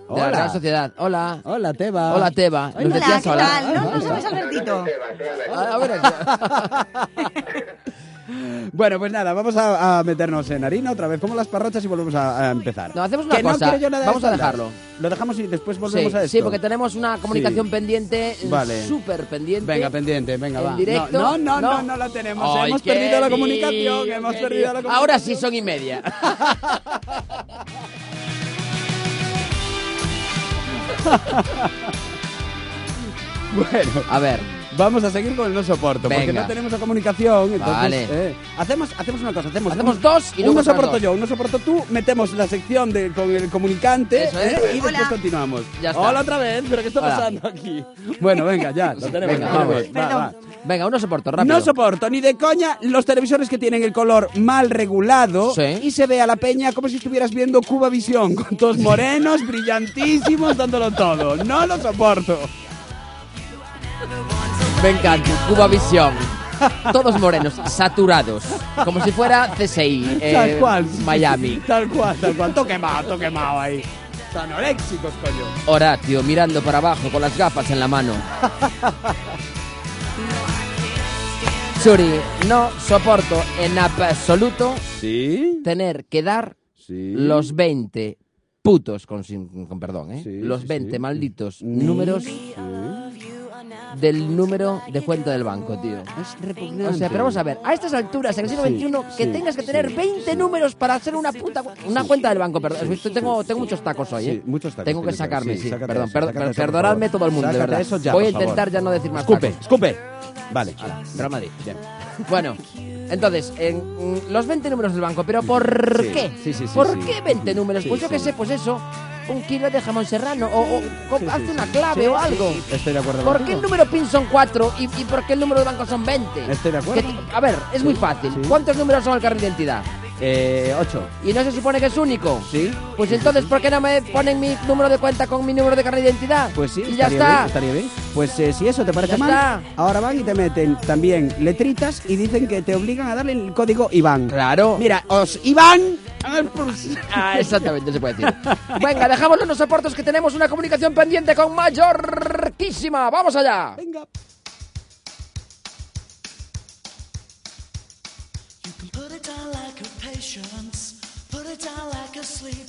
Speaker 3: de la Real Sociedad. Hola.
Speaker 4: Hola, Teba.
Speaker 3: Hola, Teba.
Speaker 4: Hola,
Speaker 3: Nos
Speaker 5: Hola,
Speaker 3: decías
Speaker 5: ¿qué
Speaker 3: hola.
Speaker 5: tal? No, no
Speaker 3: Hola.
Speaker 5: sabes Albertito.
Speaker 3: Ah, bueno,
Speaker 4: Bueno, pues nada, vamos a, a meternos en harina otra vez, como las parrochas y volvemos a, a empezar.
Speaker 3: No, hacemos una
Speaker 4: Que
Speaker 3: cosa,
Speaker 4: quiero yo nada de
Speaker 3: vamos a
Speaker 4: estándar.
Speaker 3: dejarlo.
Speaker 4: Lo dejamos y después
Speaker 3: sí,
Speaker 4: volvemos a esto.
Speaker 3: sí, porque tenemos una comunicación
Speaker 4: Sí.
Speaker 3: pendiente, eh,
Speaker 4: Vale.
Speaker 3: súper pendiente.
Speaker 4: Venga, pendiente, venga,
Speaker 3: en
Speaker 4: va.
Speaker 3: directo.
Speaker 4: No, no, no, no, no la tenemos.
Speaker 3: Ay,
Speaker 4: hemos
Speaker 3: qué
Speaker 4: perdido la
Speaker 3: lío,
Speaker 4: comunicación,
Speaker 3: qué
Speaker 4: hemos
Speaker 3: lío.
Speaker 4: perdido la comunicación.
Speaker 3: Ahora sí son y media.
Speaker 4: Bueno,
Speaker 3: A ver,
Speaker 4: vamos a seguir con el no soporto, porque
Speaker 3: Venga.
Speaker 4: no tenemos la comunicación, entonces...
Speaker 3: Vale.
Speaker 4: eh, hacemos, hacemos una cosa, hacemos...
Speaker 3: Hacemos
Speaker 4: un-
Speaker 3: dos y luego
Speaker 4: Un no
Speaker 3: otras
Speaker 4: soporto
Speaker 3: dos.
Speaker 4: yo, un no soporto tú, metemos la sección de, con el comunicante
Speaker 3: Eso es.
Speaker 4: eh, y después
Speaker 5: Hola.
Speaker 4: continuamos.
Speaker 3: Ya está.
Speaker 4: Hola otra vez, pero ¿qué está
Speaker 3: Hola.
Speaker 4: pasando aquí? Bueno, venga, ya, lo tenemos.
Speaker 3: Venga,
Speaker 4: vamos,
Speaker 3: vamos.
Speaker 4: va,
Speaker 5: Perdón.
Speaker 4: va.
Speaker 3: venga, uno soporto, rápido.
Speaker 4: No soporto ni de coña los televisores que tienen el color mal regulado
Speaker 3: Sí.
Speaker 4: y se ve a la peña como si estuvieras viendo Cuba Visión, con todos morenos, brillantísimos, dándolo todo. No lo soporto.
Speaker 3: Me encanta, Cuba Visión. Todos morenos, saturados. Como si fuera CSI, eh,
Speaker 4: tal cual.
Speaker 3: Miami.
Speaker 4: Tal cual, tal cual. Toque quemado, toque quemado ahí. Anoréxicos, coño.
Speaker 3: Horatio mirando para abajo con las gafas en la mano. Churi, no soporto en absoluto
Speaker 4: Sí,
Speaker 3: tener que dar
Speaker 4: sí.
Speaker 3: los 20 putos, con, sin- con perdón, ¿eh?
Speaker 4: Sí,
Speaker 3: los
Speaker 4: sí,
Speaker 3: 20
Speaker 4: sí.
Speaker 3: malditos números del número de cuenta del banco, tío.
Speaker 4: Es repugnante.
Speaker 3: O sea, pero vamos a ver, a estas alturas, en el siglo XXI, que
Speaker 4: sí,
Speaker 3: tengas que tener 20 números para hacer una puta cu- una cuenta del banco, perdón. Estoy- tengo, tengo muchos tacos hoy,
Speaker 4: Sí,
Speaker 3: ¿eh?
Speaker 4: muchos tacos
Speaker 3: Tengo que
Speaker 4: tienes,
Speaker 3: sacarme,
Speaker 4: sí,
Speaker 3: sí.
Speaker 4: sácate
Speaker 3: perdón,
Speaker 4: eso,
Speaker 3: per-
Speaker 4: sácate eso, por
Speaker 3: perdonadme
Speaker 4: favor.
Speaker 3: todo el mundo, de
Speaker 4: Sácate
Speaker 3: verdad.
Speaker 4: eso ya,
Speaker 3: Voy a
Speaker 4: por
Speaker 3: intentar
Speaker 4: favor.
Speaker 3: ya no decir más
Speaker 4: Escupe,
Speaker 3: tacos.
Speaker 4: escupe. Vale.
Speaker 3: Real Madrid. Bueno, entonces, en, mm, los 20 números del banco, ¿pero por
Speaker 4: Sí,
Speaker 3: qué?
Speaker 4: sí, sí, sí,
Speaker 3: ¿Por
Speaker 4: sí.
Speaker 3: qué 20 números?
Speaker 4: Sí,
Speaker 3: pues yo qué
Speaker 4: sí.
Speaker 3: sé, pues eso, un kilo de jamón serrano, o, o co- haz una clave
Speaker 4: Sí,
Speaker 3: o
Speaker 4: sí,
Speaker 3: algo.
Speaker 4: sí, Estoy de acuerdo
Speaker 3: ¿Por qué
Speaker 4: contigo.
Speaker 3: el número PIN son 4 y, y por qué el número del banco son 20?
Speaker 4: Estoy de acuerdo.
Speaker 3: Que- a ver, es muy fácil.
Speaker 4: sí.
Speaker 3: ¿Cuántos números son el carnet de identidad?
Speaker 4: Eh, ocho.
Speaker 3: ¿Y no se supone que es único?
Speaker 4: Sí.
Speaker 3: Pues entonces, ¿por qué no me ponen mi número de cuenta con mi número de carnet de identidad?
Speaker 4: Pues sí,
Speaker 3: y ya
Speaker 4: estaría
Speaker 3: está.
Speaker 4: Bien, estaría bien. Pues eh, si eso te parece
Speaker 3: Ya
Speaker 4: mal,
Speaker 3: está.
Speaker 4: ahora van y te meten también letritas y dicen que te obligan a darle el código Iván.
Speaker 3: Claro.
Speaker 4: Mira, os Iván. a ver, pues-
Speaker 3: Ah, exactamente, se puede decir. Venga, dejamos los soportes que tenemos una comunicación pendiente con Mallorquísima. ¡Vamos allá!
Speaker 4: Venga.
Speaker 6: You can put it down like a patience, put it down like a sleep,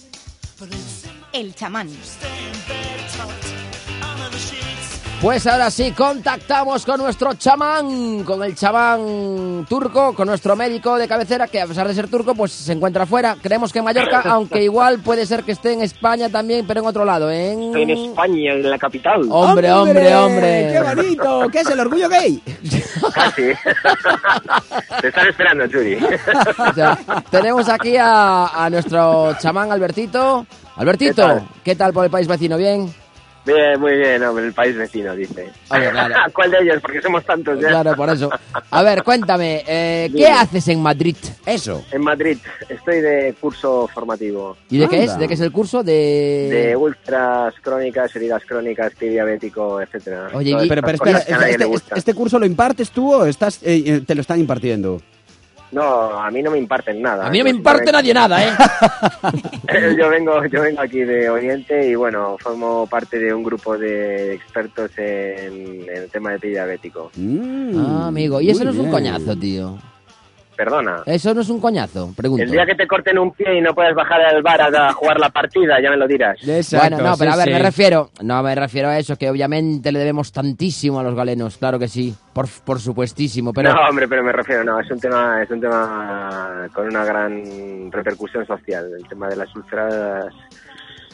Speaker 6: but it's in
Speaker 5: El chamán.
Speaker 6: staying there tucked under the sheets.
Speaker 3: Pues ahora sí, contactamos con nuestro chamán, con el chamán turco, con nuestro médico de cabecera, que a pesar de ser turco, pues se encuentra fuera. Creemos que en Mallorca, aunque igual puede ser que esté en España también, pero en otro lado, en...
Speaker 10: en España, en la capital.
Speaker 3: Hombre, hombre, hombre.
Speaker 4: ¡Qué bonito! ¿Qué es el orgullo gay?
Speaker 10: Casi. Te están esperando, Churi.
Speaker 3: O sea, tenemos aquí a, a nuestro chamán Albertito. Albertito,
Speaker 10: ¿Qué tal?
Speaker 3: ¿qué tal por el país vecino? ¿Bien?
Speaker 10: Bien, muy bien, hombre, el país vecino, dice. Ah,
Speaker 3: Hombre, claro.
Speaker 10: ¿Cuál de ellos? Porque somos tantos ¿eh? ya.
Speaker 3: Claro, por eso. A ver, cuéntame, eh, ¿qué
Speaker 10: Dime.
Speaker 3: haces en Madrid?
Speaker 4: Eso.
Speaker 10: En Madrid, estoy de curso formativo
Speaker 3: ¿Y de qué
Speaker 4: Anda.
Speaker 3: es? ¿De qué es el curso?
Speaker 10: de
Speaker 3: De...
Speaker 10: ultras crónicas, heridas crónicas, estoy diabético, etcétera.
Speaker 3: Oye,
Speaker 10: Todas
Speaker 3: y-
Speaker 4: Pero, pero
Speaker 10: estas
Speaker 4: espera,
Speaker 10: cosas que a nadie
Speaker 4: este,
Speaker 10: le
Speaker 4: este-
Speaker 10: gustan.
Speaker 4: este curso lo impartes tú o estás, eh, eh, te lo están impartiendo?
Speaker 10: No, a mí no me imparten nada.
Speaker 3: A mí no me
Speaker 10: Yo
Speaker 3: imparte nadie nada, ¿eh?
Speaker 10: Eh, Yo vengo, yo vengo aquí de Oriente y bueno, formo parte de un grupo de expertos en, en el tema de pie diabético.
Speaker 4: Mm.
Speaker 3: Ah, amigo, y eso no es un coñazo, tío.
Speaker 10: Perdona.
Speaker 3: Eso no es un coñazo, pregunto.
Speaker 10: El día que te corten un pie y no puedas bajar al bar a a jugar la partida, ya me lo dirás.
Speaker 3: bueno, no, pero a ver, me refiero, no me refiero a eso, que obviamente le debemos tantísimo a los galenos, claro que sí, por, por supuestísimo, pero
Speaker 10: No, hombre, pero me refiero, no, es un tema, es un tema con una gran repercusión social, el tema de las úlceras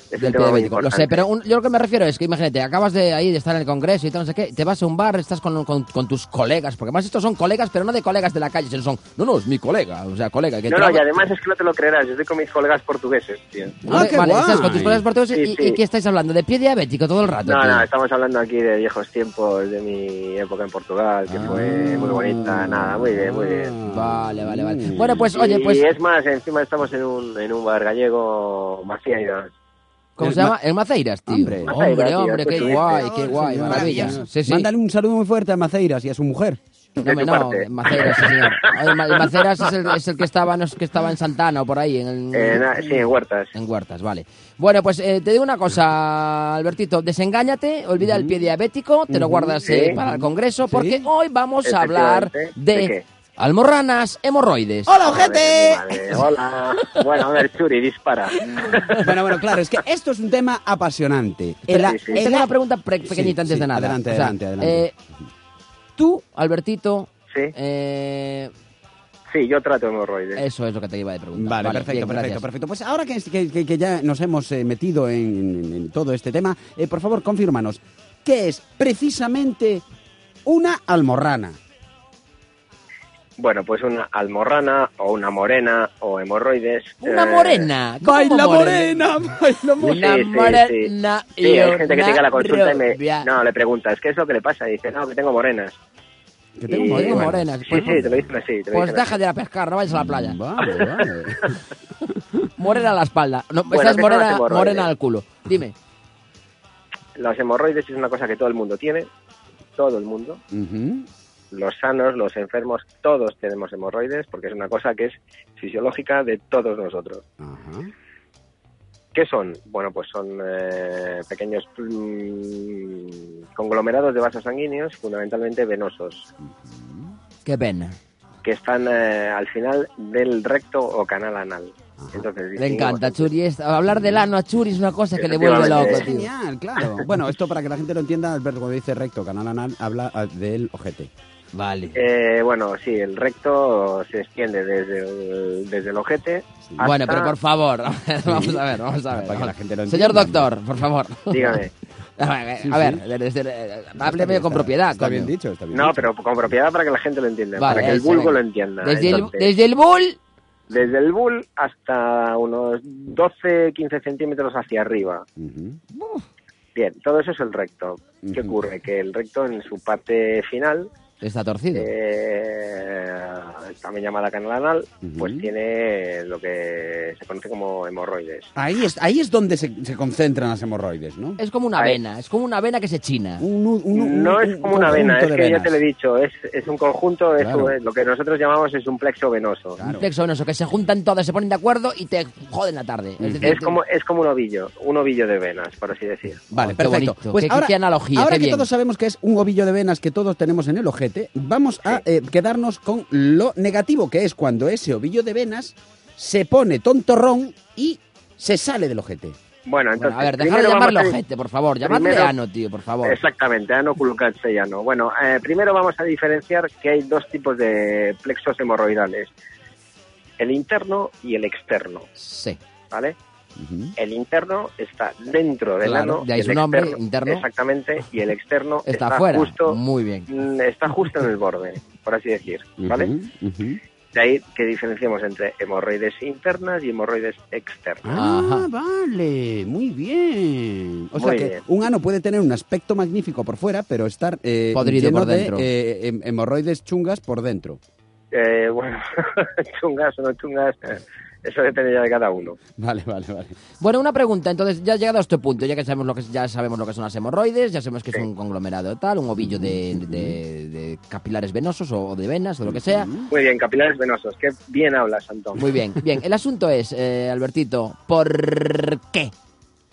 Speaker 10: es
Speaker 3: del
Speaker 10: un tema muy
Speaker 3: periódico, lo sé,
Speaker 10: importante.
Speaker 3: pero un- yo lo que me refiero es que imagínate, acabas de ahí de estar en el congreso y tal, no sé qué, te vas a un bar, estás con, con- con tus colegas, porque además estos son colegas, pero no de colegas de la calle, sino son, no, no, es mi colega, o sea, colega que
Speaker 10: No,
Speaker 3: te
Speaker 10: no,
Speaker 3: habla-
Speaker 10: y además es que no te lo creerás, yo estoy con mis colegas portugueses, tío.
Speaker 3: Vale,
Speaker 4: Ah, qué
Speaker 3: vale,
Speaker 4: guay.
Speaker 3: estás con tus colegas portugueses
Speaker 10: Sí,
Speaker 3: y,
Speaker 10: sí.
Speaker 3: y ¿qué estáis hablando? ¿De pie diabético todo el rato?
Speaker 10: No,
Speaker 3: tío?
Speaker 10: no, estamos hablando aquí de viejos tiempos, de mi época en Portugal, que
Speaker 3: Ah.
Speaker 10: fue
Speaker 4: Ah.
Speaker 10: muy bonita, nada, muy bien, muy bien.
Speaker 3: Vale, vale, vale. Bueno, pues, oye,
Speaker 10: y
Speaker 3: pues,
Speaker 10: es más, encima estamos en un, en un bar gallego, Macías.
Speaker 3: ¿cómo se llama? El Maceiras, tío.
Speaker 4: Hombre.
Speaker 10: Maceiras,
Speaker 3: hombre,
Speaker 10: tío, pues este
Speaker 3: hombre, qué
Speaker 10: escucha.
Speaker 3: guay, qué guay,
Speaker 5: Señor,
Speaker 3: maravilla.
Speaker 5: maravilloso.
Speaker 3: Sí, sí.
Speaker 4: Mándale un saludo muy fuerte a Maceiras y a su mujer.
Speaker 3: No,
Speaker 10: tu
Speaker 3: hombre, no,
Speaker 10: parte.
Speaker 3: Maceras, sí, señor. El Ma- el Maceras es el, es el que estaba, no es que estaba en Santana o por ahí, en, el-
Speaker 10: Eh, na- sí, en Huertas.
Speaker 3: en Huertas, vale. Bueno, pues eh, te digo una cosa, Albertito, desengáñate, olvida el pie diabético, te lo guardas eh,
Speaker 10: Sí.
Speaker 3: para el Congreso, porque hoy vamos a hablar de,
Speaker 10: Efectivamente. ¿De qué?
Speaker 3: almorranas hemorroides.
Speaker 4: ¡Hola,
Speaker 10: Madre,
Speaker 4: ojete!
Speaker 10: madre, Hola. Bueno, a ver, Churi, dispara.
Speaker 4: Bueno, bueno, claro, es que esto es un tema apasionante. El
Speaker 3: Espera,
Speaker 4: a-
Speaker 10: sí.
Speaker 3: tengo
Speaker 4: el a-
Speaker 3: una pregunta pre- pequeñita
Speaker 4: Sí,
Speaker 3: antes
Speaker 4: sí,
Speaker 3: de nada.
Speaker 4: adelante,
Speaker 3: O sea,
Speaker 4: adelante, adelante.
Speaker 3: eh, tú, Albertito,
Speaker 10: Sí,
Speaker 3: eh,
Speaker 10: sí, yo trato hemorroides.
Speaker 3: eso es lo que te iba a preguntar.
Speaker 4: Vale, perfecto,
Speaker 3: bien,
Speaker 4: perfecto,
Speaker 3: gracias.
Speaker 4: perfecto. Pues ahora que, que- que- que ya nos hemos eh, metido en, en- en todo este tema, eh, por favor, confírmanos, ¿qué es precisamente una almorrana?
Speaker 10: Bueno, pues una almorrana o una morena o hemorroides.
Speaker 3: Una
Speaker 10: eh,
Speaker 3: morena. ¿cómo
Speaker 4: ¡Baila morena! ¡Baila
Speaker 3: Una
Speaker 10: Sí, sí, sí.
Speaker 3: morena y
Speaker 10: Sí, hay gente que te llega a la
Speaker 3: una
Speaker 10: consulta y me...
Speaker 3: rubia.
Speaker 10: No, le preguntas, ¿qué es lo que le pasa? Y dice, no, que tengo morenas.
Speaker 4: Que
Speaker 10: Y,
Speaker 3: morena,
Speaker 10: bueno,
Speaker 3: morenas.
Speaker 10: Sí,
Speaker 3: Pues-
Speaker 10: sí, te lo dicen así. te lo
Speaker 3: Pues
Speaker 10: dicen así.
Speaker 3: deja de ir a pescar, no vayas a la playa.
Speaker 4: Vale, vale.
Speaker 3: Morena a la espalda. No,
Speaker 10: Bueno,
Speaker 3: esta es
Speaker 10: que no
Speaker 3: morena,
Speaker 10: hace morroide.
Speaker 3: morena al culo. Dime.
Speaker 10: Los hemorroides es una cosa que todo el mundo tiene, todo el mundo.
Speaker 4: Ujú.
Speaker 10: Los sanos, los enfermos, todos tenemos hemorroides porque es una cosa que es fisiológica de todos nosotros.
Speaker 4: Ajá.
Speaker 10: ¿Qué son? Bueno, pues son eh, pequeños mm, conglomerados de vasos sanguíneos, fundamentalmente venosos,
Speaker 3: Qué pena.
Speaker 10: que están eh, al final del recto o canal anal. Entonces,
Speaker 3: Le
Speaker 10: distinguimos
Speaker 3: encanta, Churi. es- Hablar del ano a Churi es una cosa que le vuelve
Speaker 10: Efectivamente.
Speaker 3: loco, tío.
Speaker 4: Genial, claro. Bueno, esto para que la gente lo entienda, Alberto, cuando dice recto, canal anal, habla ah, del ojete.
Speaker 3: Vale.
Speaker 10: Eh, bueno, sí, el recto se extiende desde el, desde el ojete. hasta-
Speaker 3: Bueno, pero por favor, vamos a ver, vamos a ver.
Speaker 4: Para que la gente lo
Speaker 3: Señor
Speaker 4: entienda.
Speaker 3: doctor, por favor.
Speaker 10: Dígame.
Speaker 3: A ver,
Speaker 4: Sí,
Speaker 3: a ver,
Speaker 4: sí.
Speaker 3: desde- eh,
Speaker 4: Está
Speaker 3: hábleme
Speaker 4: bien,
Speaker 3: con
Speaker 4: está-
Speaker 3: propiedad,
Speaker 4: Está bien
Speaker 3: coño.
Speaker 4: dicho, está bien
Speaker 10: No,
Speaker 4: dicho.
Speaker 10: pero con propiedad para que la gente lo entienda,
Speaker 3: Vale,
Speaker 10: para que el
Speaker 3: eso,
Speaker 10: vulgo
Speaker 3: venga.
Speaker 10: lo entienda.
Speaker 3: Desde el,
Speaker 10: Entonces,
Speaker 3: desde el bull,
Speaker 10: desde el bull hasta unos 12-15 centímetros hacia arriba.
Speaker 4: Ujú.
Speaker 10: Bien, todo eso es el recto. ¿Qué
Speaker 4: Ujú.
Speaker 10: ocurre? Que el recto en su parte final,
Speaker 3: está torcido.
Speaker 10: eh, también llamada canal anal,
Speaker 4: Ujú.
Speaker 10: pues tiene lo que se conoce como hemorroides.
Speaker 4: Ahí es, ahí es donde se, se concentran las hemorroides, ¿no?
Speaker 3: Es como una
Speaker 10: Ahí.
Speaker 3: avena, es como una avena que se china.
Speaker 4: Un- un- un-
Speaker 10: No
Speaker 4: un-
Speaker 10: es
Speaker 4: un
Speaker 10: como una vena, es
Speaker 4: conjunto
Speaker 10: que
Speaker 4: de
Speaker 10: ya
Speaker 4: venas.
Speaker 10: te lo he dicho, es, es un conjunto, es
Speaker 4: Claro.
Speaker 10: un- lo que nosotros llamamos es un plexo venoso.
Speaker 4: Claro.
Speaker 3: Un plexo venoso, que se juntan todas, se ponen de acuerdo y te joden la tarde.
Speaker 4: Mm.
Speaker 3: Es decir,
Speaker 10: Es
Speaker 3: te-
Speaker 10: como, es como un ovillo, un ovillo de venas, por así decir.
Speaker 4: Vale,
Speaker 3: Oh, qué
Speaker 4: perfecto.
Speaker 3: bonito.
Speaker 4: Pues
Speaker 3: Qué- qué-
Speaker 4: ahora,
Speaker 3: qué analogía,
Speaker 4: ahora
Speaker 3: qué
Speaker 4: que
Speaker 3: bien.
Speaker 4: todos sabemos que es un ovillo de venas que todos tenemos en el ojete, vamos a eh, quedarnos con lo negativo que es cuando ese ovillo de venas se pone tontorrón y se sale del ojete.
Speaker 10: Bueno, entonces...
Speaker 3: Bueno, a ver, dejad de
Speaker 10: Pues primero vamos
Speaker 3: llamarle
Speaker 10: a-
Speaker 3: ojete, por favor. Llamadle
Speaker 10: primero-
Speaker 3: ano, tío, por favor.
Speaker 10: Exactamente, ano castellano. Bueno, eh, primero vamos a diferenciar que hay dos tipos de plexos hemorroidales, el interno y el externo,
Speaker 3: Sí.
Speaker 10: ¿vale? El interno está dentro del
Speaker 3: Claro,
Speaker 10: ano,
Speaker 3: de ahí
Speaker 10: el
Speaker 3: su nombre,
Speaker 10: externo-
Speaker 3: interno.
Speaker 10: Exactamente, y el externo
Speaker 3: Está
Speaker 10: está,
Speaker 3: afuera.
Speaker 10: justo...
Speaker 3: Muy bien.
Speaker 10: mm, Está justo en el borde, por así decir, ¿vale? De ahí que diferenciemos entre hemorroides internas y hemorroides externas.
Speaker 4: Ah,
Speaker 3: Ajá.
Speaker 4: vale, muy bien. O sea
Speaker 10: Muy
Speaker 4: que
Speaker 10: bien.
Speaker 4: un ano puede tener un aspecto magnífico por fuera, pero estar eh,
Speaker 3: Podrido
Speaker 4: lleno
Speaker 3: por
Speaker 4: de
Speaker 3: dentro.
Speaker 4: eh, hem- hemorroides chungas por dentro.
Speaker 10: Eh, bueno, chungas o no chungas, eh, Eso depende ya de cada uno.
Speaker 4: Vale, vale, vale.
Speaker 3: Bueno, una pregunta, entonces, ya llegado a este punto, ya que sabemos lo que ya sabemos lo que son las hemorroides, ya sabemos que es un conglomerado de tal, un ovillo de, de- de capilares venosos o o de venas o lo que sea.
Speaker 10: Muy bien, capilares venosos. Qué bien hablas, Antón.
Speaker 3: Muy bien, bien. El asunto es, eh, Albertito, ¿por qué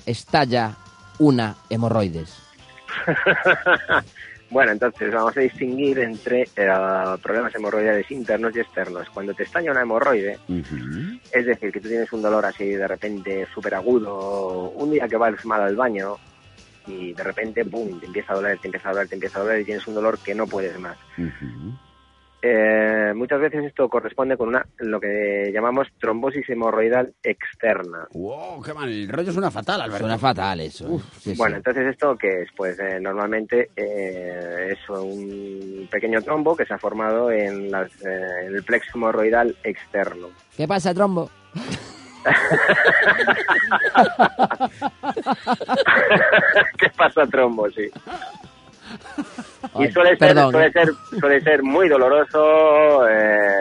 Speaker 3: estalla una hemorroides?
Speaker 10: Bueno, entonces vamos a distinguir entre eh, problemas hemorroidales internos y externos. Cuando te estaña una hemorroide, es decir, que tú tienes un dolor así de repente súper agudo, un día que vas mal al baño y de repente, ¡pum!, te empieza a doler, te empieza a doler, te empieza a doler y tienes un dolor que no puedes más. Eh, muchas veces esto corresponde con una lo que llamamos trombosis hemorroidal externa.
Speaker 4: Wow, qué mal. El rollo suena fatal, Alberto.
Speaker 3: Suena fatal eso. ¿eh? Sí, sí.
Speaker 10: Bueno, entonces esto qué es? Pues eh, normalmente eh, es un pequeño trombo que se ha formado en, las, eh, en el plexo hemorroidal externo.
Speaker 3: ¿Qué pasa, trombo?
Speaker 10: ¿Qué pasa trombo? Sí.
Speaker 3: Ay,
Speaker 10: Y suele ser,
Speaker 3: perdón,
Speaker 10: suele
Speaker 3: eh.
Speaker 10: ser, suele ser muy doloroso, eh,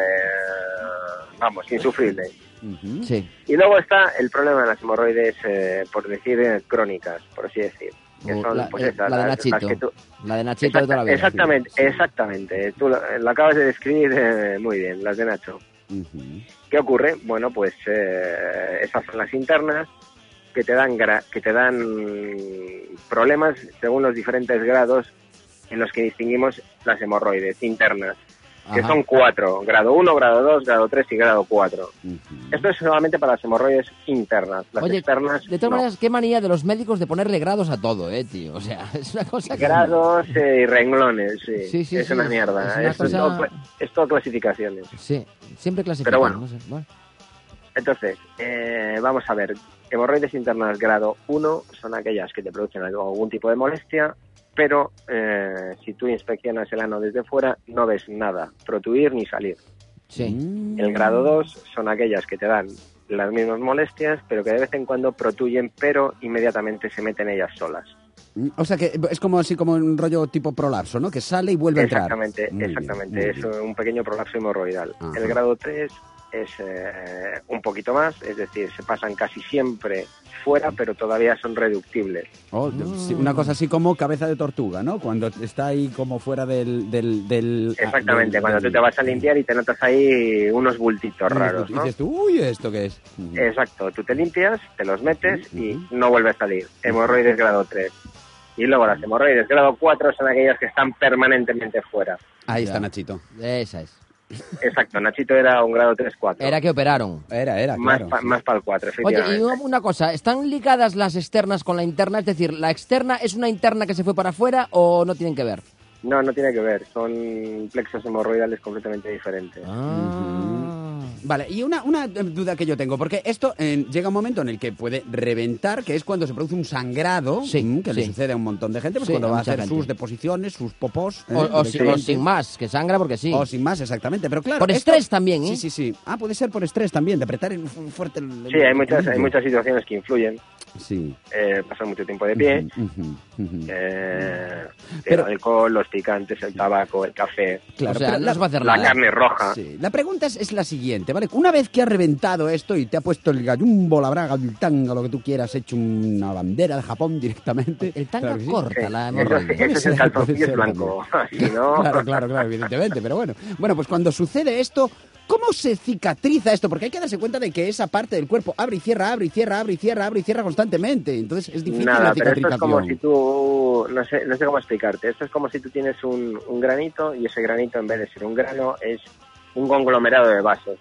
Speaker 10: vamos, insufrible.
Speaker 3: Sí.
Speaker 10: Y luego está el problema de las hemorroides, eh, por decir, eh, crónicas, por así decir. Que son,
Speaker 3: la,
Speaker 10: pues,
Speaker 3: eh,
Speaker 10: esas,
Speaker 3: la de
Speaker 10: las-
Speaker 3: Nachito.
Speaker 10: las que tú-
Speaker 3: La de Nachito de toda la vida.
Speaker 10: Exactamente, exactamente. Tú lo, lo acabas de describir eh, muy bien, las de Nacho. ¿Qué ocurre? Bueno, pues eh, esas son las internas que te dan gra- que te dan problemas según los diferentes grados en los que distinguimos las hemorroides internas, que
Speaker 3: Ajá.
Speaker 10: son cuatro, grado 1, grado 2, grado 3 y grado 4. Esto es solamente para las hemorroides internas, las
Speaker 3: Oye,
Speaker 10: externas
Speaker 3: De todas
Speaker 10: eh, no.
Speaker 3: maneras, qué manía de los médicos de ponerle grados a todo, eh, tío. O sea, es una cosa que...
Speaker 10: Grados eh, y renglones, sí.
Speaker 3: Sí, sí,
Speaker 10: es
Speaker 3: sí,
Speaker 10: una
Speaker 3: es-
Speaker 10: mierda. ¿eh?
Speaker 3: es
Speaker 10: Es,
Speaker 3: una cosa-
Speaker 10: todo, cla- es todo clasificaciones.
Speaker 3: Sí, siempre clasifican.
Speaker 10: Pero bueno.
Speaker 3: no sé, bueno.
Speaker 10: Entonces, eh, vamos a ver. Hemorroides internas grado 1 son aquellas que te producen algún tipo de molestia, pero eh, si tú inspeccionas el ano desde fuera, no ves nada, protuir ni salir.
Speaker 3: Sí.
Speaker 10: El grado 2 son aquellas que te dan las mismas molestias, pero que de vez en cuando protuyen, pero inmediatamente se meten ellas solas.
Speaker 4: Mm, O sea que es como así como un rollo tipo prolapso, ¿no? Que sale y vuelve a entrar.
Speaker 10: Exactamente,
Speaker 4: Muy bien,
Speaker 10: exactamente.
Speaker 4: muy
Speaker 10: es un pequeño prolapso hemorroidal.
Speaker 4: Ajá.
Speaker 10: El grado 3 es eh, un poquito más, es decir, se pasan casi siempre fuera, pero todavía son reductibles.
Speaker 4: Oh, sí, una cosa así como cabeza de tortuga, ¿no? Cuando está ahí como fuera del... del, del ah,
Speaker 10: Exactamente,
Speaker 4: del-
Speaker 10: cuando
Speaker 4: del-
Speaker 10: tú te vas a limpiar y te notas ahí unos bultitos
Speaker 4: del-
Speaker 10: raros,
Speaker 4: y
Speaker 10: ¿no? Eh,
Speaker 4: dices tú, uy, ¿esto qué es?
Speaker 10: Exacto, tú te limpias, te los metes y no vuelve a salir. Hemorroides grado 3. Y luego las hemorroides grado 4 son aquellas que están permanentemente fuera.
Speaker 4: Ahí está
Speaker 3: Ya.
Speaker 4: Nachito.
Speaker 3: Esa es.
Speaker 10: Exacto, Nachito era un grado 3-4.
Speaker 3: Era que operaron.
Speaker 4: Era, era,
Speaker 10: más,
Speaker 4: claro.
Speaker 10: pa-
Speaker 4: sí.
Speaker 10: más para el 4,
Speaker 3: Oye, y
Speaker 10: efectivamente.
Speaker 3: una, una cosa, ¿están ligadas las externas con la interna? Es decir, ¿la externa es una interna que se fue para afuera o no tienen que ver?
Speaker 10: No, no tiene que ver, son plexos hemorroidales completamente diferentes.
Speaker 3: Ah.
Speaker 4: Vale, y una, una eh, duda que yo tengo, porque esto eh, llega un momento en el que puede reventar, que es cuando se produce un sangrado,
Speaker 3: Sí,
Speaker 4: mm, que le
Speaker 3: sí.
Speaker 4: sucede a un montón de gente, pues
Speaker 3: Sí,
Speaker 4: cuando
Speaker 3: a
Speaker 4: va a
Speaker 3: mucha
Speaker 4: hacer
Speaker 3: gente.
Speaker 4: sus deposiciones, sus popós.
Speaker 3: O,
Speaker 4: eh,
Speaker 3: o sin, o
Speaker 4: directamente.
Speaker 3: sin más, que sangra porque sí.
Speaker 4: O sin más, exactamente. Pero claro,
Speaker 3: Por estrés también, ¿eh?
Speaker 4: Sí, sí, sí. Ah, puede ser por estrés también, de apretar el- fu- fuerte el...
Speaker 10: Sí, hay muchas, hay muchas situaciones que influyen.
Speaker 4: Sí.
Speaker 10: Eh, pasar mucho tiempo de pie,
Speaker 4: Ujú, ujú.
Speaker 10: eh,
Speaker 4: Pero-
Speaker 10: el alcohol, los picantes, el tabaco, el café,
Speaker 4: Claro,
Speaker 3: o sea,
Speaker 4: pero
Speaker 3: no
Speaker 4: la-
Speaker 3: se va a hacer
Speaker 10: la
Speaker 3: nada.
Speaker 10: carne roja.
Speaker 4: Sí, La pregunta es, es la siguiente, ¿vale? Una vez que has reventado esto y te ha puesto el gallumbo, la braga, el tanga, lo que tú quieras, hecho una bandera de Japón directamente.
Speaker 3: El tanga
Speaker 4: claro que sí.
Speaker 3: corta la
Speaker 10: Eso-
Speaker 3: hemorroides.
Speaker 10: ese es el
Speaker 4: Puede
Speaker 10: calzoncillo
Speaker 4: ser
Speaker 10: blanco. Si no,
Speaker 4: Claro, claro, claro, evidentemente, pero bueno. Bueno, pues cuando sucede esto, ¿cómo se cicatriza esto? Porque hay que darse cuenta de que esa parte del cuerpo abre y cierra, abre y cierra, abre y cierra, abre y cierra constantemente. Entonces es difícil
Speaker 10: nada,
Speaker 4: la
Speaker 10: pero esto es
Speaker 4: cicatrización.
Speaker 10: como si tú, uh, no sé, no sé cómo explicarte, esto es como si tú tienes un, un granito y ese granito en vez de ser un grano es un conglomerado de vasos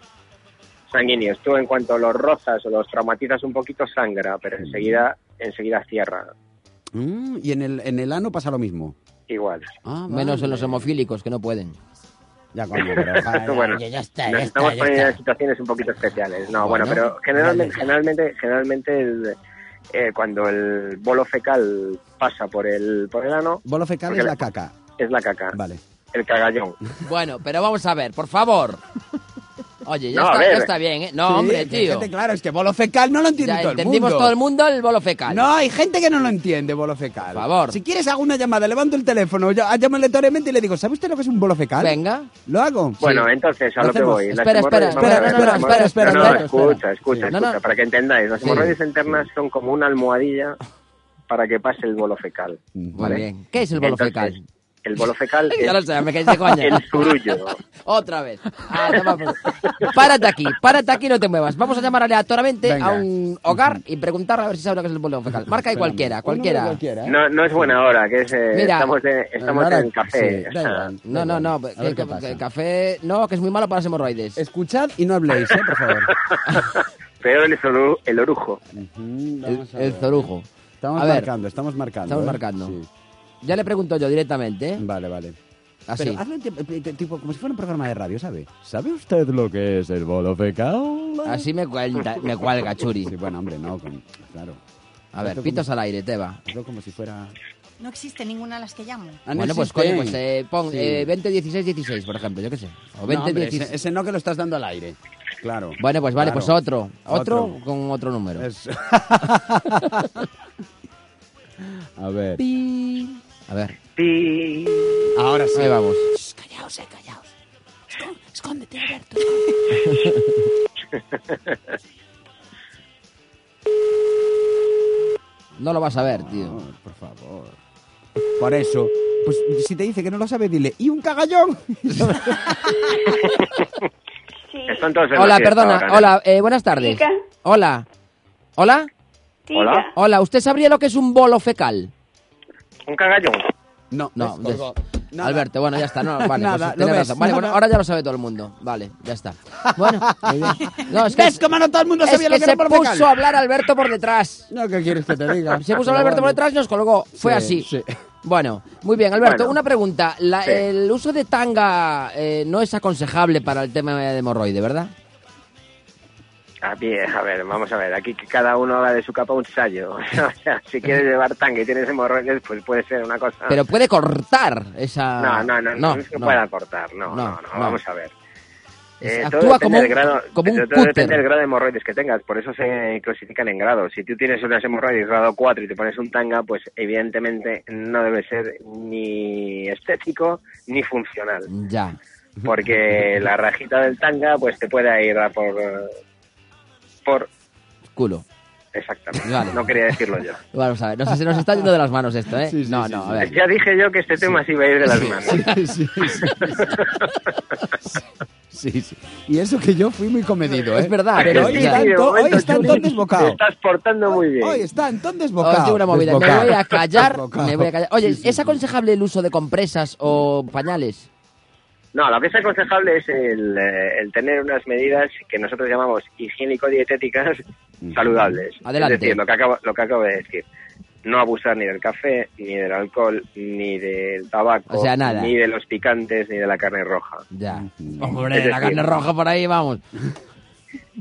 Speaker 10: sanguíneos. Tú en cuanto los rozas o los traumatizas un poquito sangra, pero enseguida enseguida cierra.
Speaker 4: Mm, y en el, en el ano pasa lo mismo.
Speaker 10: Igual.
Speaker 4: Ah,
Speaker 3: Menos en los
Speaker 4: vale.
Speaker 3: hemofílicos que no pueden.
Speaker 4: Ya, coño, pero ja, ya,
Speaker 10: Bueno,
Speaker 4: ya, ya está,
Speaker 10: Nos
Speaker 4: ya está,
Speaker 10: estamos
Speaker 4: ya
Speaker 10: poniendo en
Speaker 4: está.
Speaker 10: situaciones un poquito especiales. No,
Speaker 4: Bueno,
Speaker 10: bueno, pero generalmente,
Speaker 4: vale.
Speaker 10: generalmente, generalmente el, eh, cuando el bolo fecal pasa por el, por el ano,
Speaker 4: Bolo fecal
Speaker 10: Porque
Speaker 4: es
Speaker 10: la-
Speaker 4: la caca.
Speaker 10: es la caca,
Speaker 4: Vale.
Speaker 10: el cagallón.
Speaker 3: Bueno, pero vamos a ver, por favor. Oye, ya,
Speaker 10: No, a
Speaker 3: está,
Speaker 10: ver.
Speaker 3: ya está bien, ¿eh? No,
Speaker 4: Sí,
Speaker 3: hombre,
Speaker 4: que hay
Speaker 3: tío.
Speaker 4: gente, claro, es que bolo fecal no lo entiende
Speaker 3: Ya
Speaker 4: todo el
Speaker 3: entendimos
Speaker 4: mundo.
Speaker 3: todo el mundo el bolo fecal.
Speaker 4: No, hay gente que no lo entiende, bolo fecal.
Speaker 3: Por favor.
Speaker 4: Si quieres, hago una llamada, levanto el teléfono, yo- ah, llamo aleatoriamente y le digo, ¿sabe usted lo que es un bolo fecal?
Speaker 3: Venga.
Speaker 4: ¿Lo hago?
Speaker 10: Bueno, entonces, a
Speaker 4: Lo
Speaker 10: lo que
Speaker 4: hacemos.
Speaker 10: voy.
Speaker 3: Espera, espera,
Speaker 10: hemorroides- vamos a
Speaker 4: espera,
Speaker 10: ver,
Speaker 4: espera,
Speaker 10: vamos a
Speaker 4: espera,
Speaker 10: ver.
Speaker 4: espera,
Speaker 10: No, no,
Speaker 4: espera,
Speaker 10: escucha,
Speaker 4: espera.
Speaker 10: escucha,
Speaker 3: Sí. No,
Speaker 10: escucha,
Speaker 3: no.
Speaker 10: para que entendáis. Las
Speaker 3: Sí.
Speaker 10: hemorroides internas son como una almohadilla para que pase el bolo fecal.
Speaker 3: Muy
Speaker 10: ¿vale?
Speaker 3: bien. ¿Qué es el bolo
Speaker 10: Entonces,
Speaker 3: fecal?
Speaker 10: El bolo fecal
Speaker 3: Ya lo
Speaker 10: es
Speaker 3: sé, me caes de coña.
Speaker 10: el surullo.
Speaker 3: Otra vez. Ah, toma por- párate aquí, párate aquí, no te muevas. Vamos a llamar aleatoriamente
Speaker 4: Venga.
Speaker 3: a un hogar y preguntar a ver si sabe lo que es el bolo fecal. Marca ahí cualquiera,
Speaker 4: Uno de
Speaker 3: cualquiera.
Speaker 4: cualquiera, ¿eh?
Speaker 10: No, no es buena hora, que es, eh,
Speaker 3: Mira.
Speaker 10: estamos, de- estamos
Speaker 4: Ahora-
Speaker 10: en café.
Speaker 4: sí,
Speaker 10: o
Speaker 4: da
Speaker 10: sea,
Speaker 4: igual.
Speaker 3: No, no, no.
Speaker 4: A ver
Speaker 3: que-
Speaker 4: qué
Speaker 3: que-
Speaker 4: pasa. Este,
Speaker 3: café, no, que es muy malo para las hemorroides.
Speaker 4: Escuchad y no habléis, ¿eh? por favor.
Speaker 10: Pero el, oru- el orujo.
Speaker 4: Ujú,
Speaker 3: El,
Speaker 4: vamos a
Speaker 3: el
Speaker 4: ver.
Speaker 3: zorujo.
Speaker 4: Estamos
Speaker 3: A ver.
Speaker 4: marcando, estamos marcando.
Speaker 3: Estamos
Speaker 4: ¿eh?
Speaker 3: marcando.
Speaker 4: Sí.
Speaker 3: Ya le pregunto yo directamente, ¿eh?
Speaker 4: Vale, vale.
Speaker 3: Así.
Speaker 4: Pero hazlo en ti- tipo, como si fuera un programa de radio, ¿sabe? ¿Sabe usted lo que es el bolo fecal?
Speaker 3: Así me, cuelga, me cuelga, Churi.
Speaker 4: Sí, bueno, hombre, no, con- claro.
Speaker 3: A ver, pitos al aire, Teba.
Speaker 4: Hazlo como si fuera...
Speaker 5: No existe ninguna de las que llamo.
Speaker 4: Ah, no
Speaker 3: bueno, pues
Speaker 4: existe.
Speaker 3: coño, pues eh, pon
Speaker 4: Sí.
Speaker 3: eh, 20, 16, 16, por ejemplo, yo qué sé. O
Speaker 4: No,
Speaker 3: 20,
Speaker 4: hombre,
Speaker 3: 16.
Speaker 4: ese, ese no que lo estás dando al aire. Claro.
Speaker 3: Bueno, pues vale,
Speaker 4: Claro.
Speaker 3: pues otro. otro.
Speaker 4: Otro.
Speaker 3: con otro número.
Speaker 4: Es- A ver.
Speaker 3: Pi. A ver,
Speaker 10: Sí.
Speaker 4: Ahora sí.
Speaker 3: ahí vamos.
Speaker 6: Callaos, eh, callaos. Escó- Escóndete, Alberto.
Speaker 3: No lo vas a ver, tío.
Speaker 4: No, por favor. Por eso. Pues si te dice que no lo sabe, dile, ¿y un cagallón?
Speaker 10: Están todos en la
Speaker 3: Hola,
Speaker 10: fiesta
Speaker 3: perdona.
Speaker 10: ahora, ¿no?
Speaker 3: Hola, eh, buenas tardes.
Speaker 11: Chica.
Speaker 3: Hola. Hola.
Speaker 10: Hola.
Speaker 3: Hola, ¿usted sabría lo que es un bolo fecal?
Speaker 10: Un cagallón.
Speaker 4: No,
Speaker 3: No,
Speaker 4: ves, colgó.
Speaker 3: ves.
Speaker 4: Nada.
Speaker 3: Alberto, bueno, ya está. No, vale,
Speaker 4: Nada,
Speaker 3: pues
Speaker 4: lo
Speaker 3: tenés
Speaker 4: ves,
Speaker 3: razón. Vale,
Speaker 4: nada.
Speaker 3: bueno, ahora ya lo sabe todo el mundo. Vale, ya está.
Speaker 4: Eh,
Speaker 3: Bueno, muy bien. No, es que,
Speaker 4: ¿Ves cómo no todo el mundo
Speaker 3: es
Speaker 4: sabía lo
Speaker 3: que
Speaker 4: que
Speaker 3: se
Speaker 4: era bolo fecal?
Speaker 3: puso a hablar Alberto por detrás.
Speaker 4: No, ¿qué quieres que te diga?
Speaker 10: Ah,
Speaker 3: Se
Speaker 4: Pero
Speaker 3: puso a hablar Alberto por
Speaker 4: bueno.
Speaker 3: detrás y nos colgó. Fue
Speaker 4: Sí,
Speaker 3: así.
Speaker 4: sí.
Speaker 3: Bueno, muy bien, Alberto,
Speaker 10: Bueno.
Speaker 3: una pregunta. La-
Speaker 10: Sí.
Speaker 3: El uso de tanga eh, no es aconsejable para el tema de hemorroide, ¿verdad?
Speaker 10: A, pie, Ah, a ver, vamos a ver. Aquí que cada uno haga de su capa un sallo. O sea, si quieres llevar tanga y tienes hemorroides, pues puede ser una cosa.
Speaker 3: Pero puede cortar esa...
Speaker 10: No, no, no, no, no, se
Speaker 3: Ah, no.
Speaker 10: puede acortar,
Speaker 3: No,
Speaker 10: no, no, no,
Speaker 3: no.
Speaker 10: vamos a ver.
Speaker 3: Es-
Speaker 10: Eh,
Speaker 3: actúa como
Speaker 10: del
Speaker 3: un-
Speaker 10: grado,
Speaker 3: como un
Speaker 10: todo
Speaker 3: cúter.
Speaker 10: depende del grado de hemorroides que tengas, por eso se clasifican en grados. Si tú tienes unas hemorroides grado 4 y te pones un tanga, pues evidentemente no debe ser ni estético ni funcional,
Speaker 3: Ya.
Speaker 10: porque la rajita del tanga pues te puede ir a por por
Speaker 3: Culo.
Speaker 10: exactamente.
Speaker 3: Vale.
Speaker 10: No quería decirlo yo.
Speaker 3: Vamos a ver, no sé, se nos está yendo de las manos esto, ¿eh?
Speaker 4: Sí, sí,
Speaker 3: no,
Speaker 4: sí,
Speaker 3: no,
Speaker 4: sí.
Speaker 3: a ver.
Speaker 10: Ya dije yo que este tema se iba a ir de las manos.
Speaker 4: Sí, sí, sí. Sí, sí. Y eso que yo fui muy comedido, ¿eh?
Speaker 3: Es verdad,
Speaker 4: pero
Speaker 3: es
Speaker 4: hoy
Speaker 3: verdad.
Speaker 4: está,
Speaker 10: Sí, de
Speaker 4: en to- hoy
Speaker 10: momento,
Speaker 4: está en
Speaker 10: Churi,
Speaker 4: ton desbocado.
Speaker 10: Te estás portando muy bien.
Speaker 4: Hoy Ah, está en ton
Speaker 3: Os
Speaker 4: desbocado.
Speaker 3: digo una movida, me
Speaker 4: Desbocado.
Speaker 3: voy a callar,
Speaker 4: Desbocado.
Speaker 3: me voy a callar. Oye,
Speaker 4: Sí, sí.
Speaker 3: ¿es aconsejable el uso de compresas o pañales?
Speaker 10: No, la pieza aconsejable es el, eh, el tener unas medidas que nosotros llamamos higiénico-dietéticas saludables.
Speaker 3: Adelante.
Speaker 10: Es decir, lo que, acabo, lo que acabo de decir. No abusar ni del café, ni del alcohol, ni del tabaco,
Speaker 3: O sea, nada.
Speaker 10: ni de los picantes, ni de la carne roja.
Speaker 3: Ya. Hombre,
Speaker 10: Es
Speaker 3: la
Speaker 10: decir-
Speaker 3: carne roja por ahí, vamos.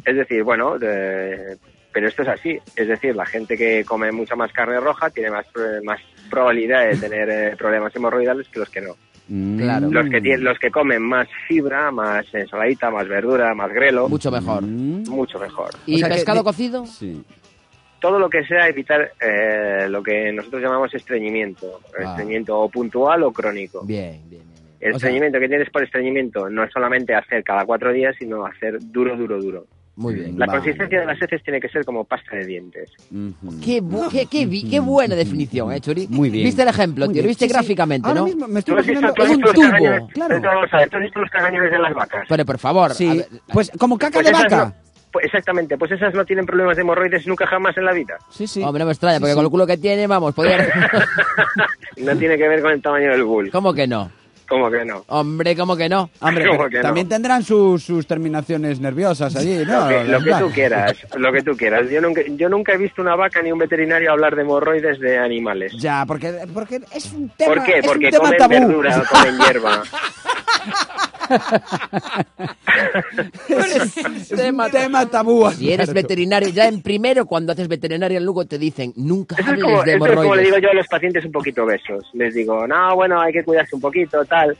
Speaker 10: Es decir, bueno, de- pero esto es así. Es decir, la gente que come mucha más carne roja tiene más, pro- más probabilidad de tener eh, problemas hemorroidales que los que no.
Speaker 4: Mm,
Speaker 3: Claro.
Speaker 10: Los que, tie- los que comen más fibra, más ensaladita, más verdura, más grelo,
Speaker 3: Mucho mejor.
Speaker 10: mucho mejor.
Speaker 3: ¿Y
Speaker 4: Mm. O sea que-
Speaker 3: pescado cocido?
Speaker 4: Sí.
Speaker 10: todo lo que sea evitar eh, lo que nosotros llamamos estreñimiento,
Speaker 3: Ah.
Speaker 10: estreñimiento o puntual o crónico.
Speaker 3: Bien, bien, bien. bien.
Speaker 10: El
Speaker 3: O sea,
Speaker 10: estreñimiento que tienes por estreñimiento no es solamente hacer cada cuatro días, sino hacer duro, duro, duro.
Speaker 3: muy bien.
Speaker 10: La
Speaker 3: vale.
Speaker 10: consistencia de las heces tiene que ser como pasta de dientes.
Speaker 3: Qué, bu- qué, qué bi- qué buena definición, ¿eh, Churi?
Speaker 4: Mm. Muy bien.
Speaker 3: ¿Viste el ejemplo,
Speaker 4: Muy
Speaker 3: tío?
Speaker 4: bien.
Speaker 3: Lo viste
Speaker 4: Sí, sí.
Speaker 3: gráficamente,
Speaker 4: Ahora
Speaker 3: ¿no?
Speaker 4: mismo me estoy
Speaker 10: ¿Tú has visto,
Speaker 4: imaginando...
Speaker 10: tú has
Speaker 3: es
Speaker 10: visto
Speaker 3: un
Speaker 10: los cañones?
Speaker 3: tubo,
Speaker 4: claro.
Speaker 10: Vamos a ver, ¿tú has visto los cañones de las vacas?
Speaker 3: Pero por favor, a
Speaker 4: Sí,
Speaker 3: ver,
Speaker 4: pues como caca
Speaker 10: Pues
Speaker 4: de
Speaker 10: esas
Speaker 4: vaca.
Speaker 10: no- pues exactamente, pues esas no tienen problemas de hemorroides nunca jamás en la vida.
Speaker 4: Sí, sí.
Speaker 3: hombre, no me extraña,
Speaker 4: Sí,
Speaker 3: porque
Speaker 4: sí.
Speaker 3: con el culo que tiene, vamos, podría...
Speaker 10: no tiene que ver con el tamaño del bull.
Speaker 3: ¿Cómo que no?
Speaker 10: ¿Cómo que no?
Speaker 3: Hombre, ¿cómo que no?
Speaker 4: Hombre,
Speaker 10: ¿Cómo
Speaker 4: pero
Speaker 10: que no?
Speaker 4: también tendrán sus, sus terminaciones nerviosas allí, ¿no?
Speaker 10: Lo que, lo
Speaker 4: Las
Speaker 10: que tú
Speaker 4: vacas.
Speaker 10: quieras, lo que tú quieras. Yo nunca, yo nunca he visto una vaca ni un veterinario hablar de hemorroides de animales.
Speaker 4: Ya, porque, porque es un tema,
Speaker 10: ¿Por qué?
Speaker 4: es
Speaker 10: Porque
Speaker 4: un tema
Speaker 10: comen
Speaker 4: tabú.
Speaker 10: verdura, comen hierba.
Speaker 4: Es un tema tabú.
Speaker 3: Si eres
Speaker 4: Alberto.
Speaker 3: veterinario, ya en primero, cuando haces veterinario en Lugo, te dicen, nunca
Speaker 10: Eso es, como,
Speaker 3: hables de
Speaker 10: eso es como le digo
Speaker 3: hemorroides.
Speaker 10: yo a los pacientes un poquito besos. Les digo, no, bueno, hay que cuidarse un poquito, tal.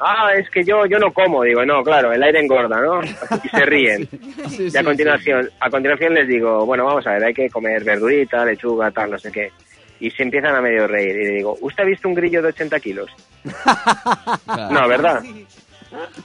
Speaker 10: ah, es que yo, yo no como, digo, no, claro, el aire engorda, ¿no? Y se ríen.
Speaker 4: Sí,
Speaker 10: y a continuación, a continuación les digo, bueno, vamos a ver, hay que comer verdurita, lechuga, tal, no sé qué. Y se empiezan a medio reír. Y le digo, ¿usted ha visto un grillo de 80 kilos? No, ¿verdad?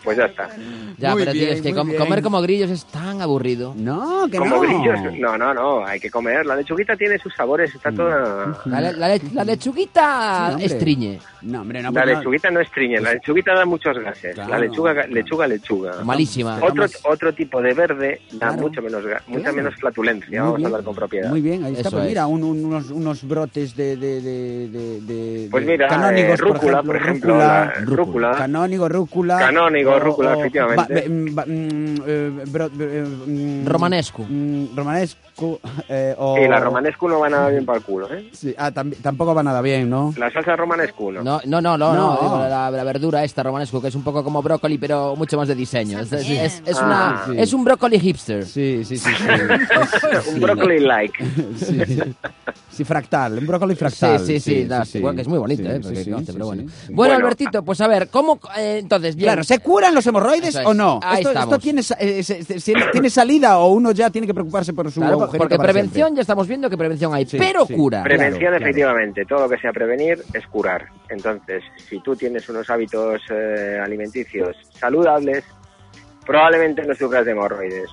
Speaker 10: Pues ya está.
Speaker 3: Ya,
Speaker 4: Muy
Speaker 3: pero tío,
Speaker 4: bien,
Speaker 3: es que
Speaker 4: muy
Speaker 3: com-
Speaker 4: bien.
Speaker 3: comer como grillos es tan aburrido.
Speaker 4: No, que
Speaker 10: Como
Speaker 4: no.
Speaker 10: grillos, no, no, no, hay que comer. La lechuguita tiene sus sabores, está toda...
Speaker 4: Mm.
Speaker 3: La, le- la le- la lechuguita
Speaker 4: Sí, hombre.
Speaker 3: estriñe.
Speaker 4: No, hombre, no.
Speaker 10: La
Speaker 4: pues no.
Speaker 10: lechuguita no es triñe, la lechuguita da muchos gases.
Speaker 4: Claro,
Speaker 10: la lechuga,
Speaker 4: claro.
Speaker 10: lechuga, lechuga.
Speaker 3: Malísima.
Speaker 10: Otro,
Speaker 4: Vamos.
Speaker 10: otro tipo de verde da
Speaker 4: Claro.
Speaker 10: mucho menos, ga- mucha
Speaker 4: Claro.
Speaker 10: menos flatulencia,
Speaker 4: Muy
Speaker 10: vamos
Speaker 4: bien.
Speaker 10: a hablar con propiedad.
Speaker 4: Muy bien, ahí está.
Speaker 3: Eso
Speaker 4: pues
Speaker 3: es.
Speaker 4: mira, un- un- unos, unos brotes de, de, de, de- de-
Speaker 10: Pues
Speaker 4: de
Speaker 10: mira,
Speaker 4: canónigos,
Speaker 10: eh, rúcula, por ejemplo, la- eh, rúcula.
Speaker 4: Canónigo, rúcula.
Speaker 10: Canónigo, rúcula, efectivamente.
Speaker 4: ba- mm, ba- mm, eh, bro- eh, mm,
Speaker 3: Romanescu.
Speaker 4: mm, romanescu. eh, o,
Speaker 10: Sí, la romanescu no va nada bien para el culo, ¿eh?
Speaker 4: Sí, ah, tambi- tampoco va nada bien, ¿no?
Speaker 10: La salsa romanescu no.
Speaker 3: No, no, no, no,
Speaker 4: No.
Speaker 3: no, digo, la, la verdura esta romanesco, que es un poco como brócoli, pero mucho más de diseño. Es, es- es- es una,
Speaker 10: Ah,
Speaker 4: sí.
Speaker 3: es un brócoli hipster.
Speaker 4: Sí, sí, sí. sí.
Speaker 10: Un brócoli like.
Speaker 4: Sí, sí. Sí, fractal, un brócoli fractal.
Speaker 3: Sí, sí, sí, da, igual que es muy bonito,
Speaker 4: Sí,
Speaker 3: ¿eh?
Speaker 4: sí,
Speaker 3: porque
Speaker 4: sí,
Speaker 3: conoce,
Speaker 4: sí,
Speaker 3: pero
Speaker 4: sí,
Speaker 3: bueno.
Speaker 4: sí.
Speaker 3: bueno.
Speaker 10: Bueno.
Speaker 3: Albertito, pues a ver, ¿cómo. eh, entonces, bien.
Speaker 4: Claro, ¿se curan los hemorroides
Speaker 3: Eso es.
Speaker 4: o no?
Speaker 3: Ahí
Speaker 4: esto,
Speaker 3: estamos.
Speaker 4: esto tiene, sa- eh, se- se- se- tiene salida o uno ya tiene que preocuparse por su
Speaker 3: Claro,
Speaker 4: agujero
Speaker 3: porque
Speaker 4: para
Speaker 3: prevención ya estamos viendo que prevención hay,
Speaker 4: Sí,
Speaker 3: pero
Speaker 4: sí.
Speaker 3: cura.
Speaker 4: Pre-
Speaker 10: Prevención,
Speaker 4: claro.
Speaker 10: efectivamente. Todo lo que sea prevenir es curar. Entonces, si tú tienes unos hábitos eh, alimenticios saludables, probablemente no sufras de hemorroides.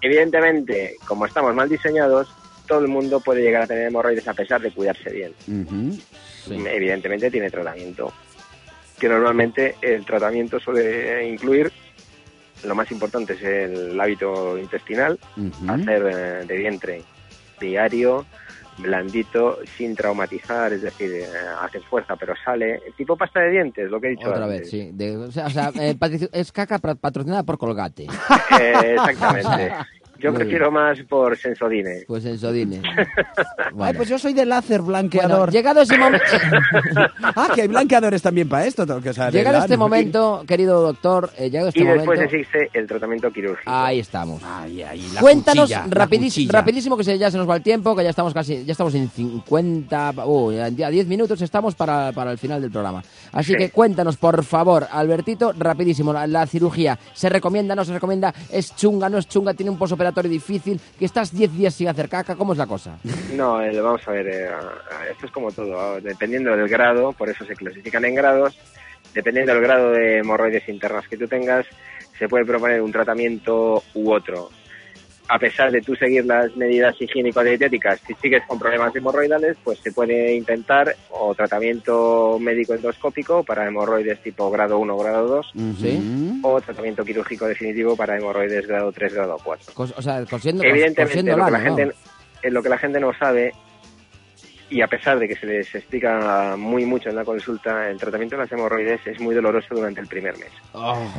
Speaker 10: Evidentemente, como estamos mal diseñados, todo el mundo puede llegar a tener hemorroides a pesar de cuidarse bien.
Speaker 4: siempre. Ujú.
Speaker 10: Evidentemente tiene tratamiento. Que normalmente el tratamiento suele eh, incluir, lo más importante es el hábito intestinal, hacer eh, de vientre diario, blandito, sin traumatizar, es decir, eh, haces fuerza pero sale, tipo pasta de dientes, lo que he dicho
Speaker 3: Otra
Speaker 10: antes.
Speaker 3: vez, sí. De- o sea, o sea, eh, patricio- es caca pra- patrocinada por Colgate.
Speaker 10: Eh, exactamente. Yo
Speaker 3: Muy
Speaker 10: prefiero más por Sensodine.
Speaker 3: Pues en Sodine.
Speaker 4: Ay,
Speaker 3: Bueno.
Speaker 4: pues yo soy de láser
Speaker 3: Bueno,
Speaker 4: blanqueador.
Speaker 3: llegado ese momento.
Speaker 4: ah, que hay blanqueadores también para esto. tengo que saber,
Speaker 3: Llegado
Speaker 4: ¿verdad?
Speaker 3: este momento, querido doctor, eh, llegado este
Speaker 10: Y después
Speaker 3: momento.
Speaker 10: existe el tratamiento quirúrgico.
Speaker 3: Ahí estamos.
Speaker 4: Ay, ay, la
Speaker 3: Cuéntanos
Speaker 4: cuchilla, la
Speaker 3: rapidis-
Speaker 4: cuchilla.
Speaker 3: rapidísimo que se, ya se nos va el tiempo, que ya estamos casi, ya estamos en 50, uh, ya a 10 minutos estamos para, para el final del programa. Así
Speaker 10: Sí.
Speaker 3: que cuéntanos, por favor, Albertito, rapidísimo, la, la cirugía, ¿se recomienda, no se recomienda? ¿Es chunga, no es chunga? ¿Tiene un posoperatorio difícil? ¿Que estás 10 días sin hacer caca? ¿Cómo es la cosa?
Speaker 10: No, el- vamos a ver, eh, esto es como todo, ah, dependiendo del grado, por eso se clasifican en grados, dependiendo del grado de hemorroides internas que tú tengas, se puede proponer un tratamiento u otro. A pesar de tú seguir las medidas higiénico-dietéticas, si sigues con problemas hemorroidales, pues se puede intentar o tratamiento médico endoscópico para hemorroides tipo grado 1 grado 2
Speaker 3: ¿Sí?
Speaker 10: o tratamiento quirúrgico definitivo para hemorroides grado 3 grado 4
Speaker 3: Cos- o sea, cosiendo, cos-
Speaker 10: evidentemente
Speaker 3: cosiendo
Speaker 10: lo que, la
Speaker 3: lana,
Speaker 10: gente,
Speaker 3: ¿no?
Speaker 10: eh, lo que la gente no sabe y a pesar de que se les explica muy mucho en la consulta el tratamiento de las hemorroides es muy doloroso durante el primer mes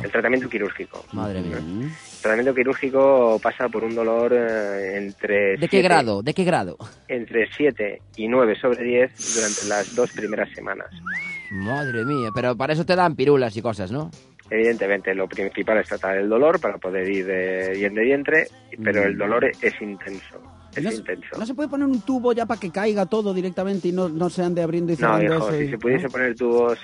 Speaker 10: el tratamiento quirúrgico
Speaker 3: Madre mía.
Speaker 10: Mm. el tratamiento quirúrgico pasa por un dolor eh, entre
Speaker 3: ¿De qué
Speaker 10: siete-
Speaker 3: grado? ¿De qué grado?
Speaker 10: entre 7 y 9 sobre 10 durante las dos primeras semanas
Speaker 3: Madre mía, pero para eso te dan pirulas y cosas, ¿no?
Speaker 10: Evidentemente, lo principal es tratar el dolor para poder ir de bien de vientre, pero
Speaker 3: Mm.
Speaker 10: el dolor es intenso. Es
Speaker 4: No se,
Speaker 10: intenso.
Speaker 4: no se puede poner un tubo ya para que caiga todo directamente y no, no se ande abriendo y
Speaker 10: No,
Speaker 4: cerrando
Speaker 10: hijo,
Speaker 4: eso y-
Speaker 10: si se
Speaker 3: ¿eh?
Speaker 10: pudiese
Speaker 4: ¿no?
Speaker 10: poner tubos.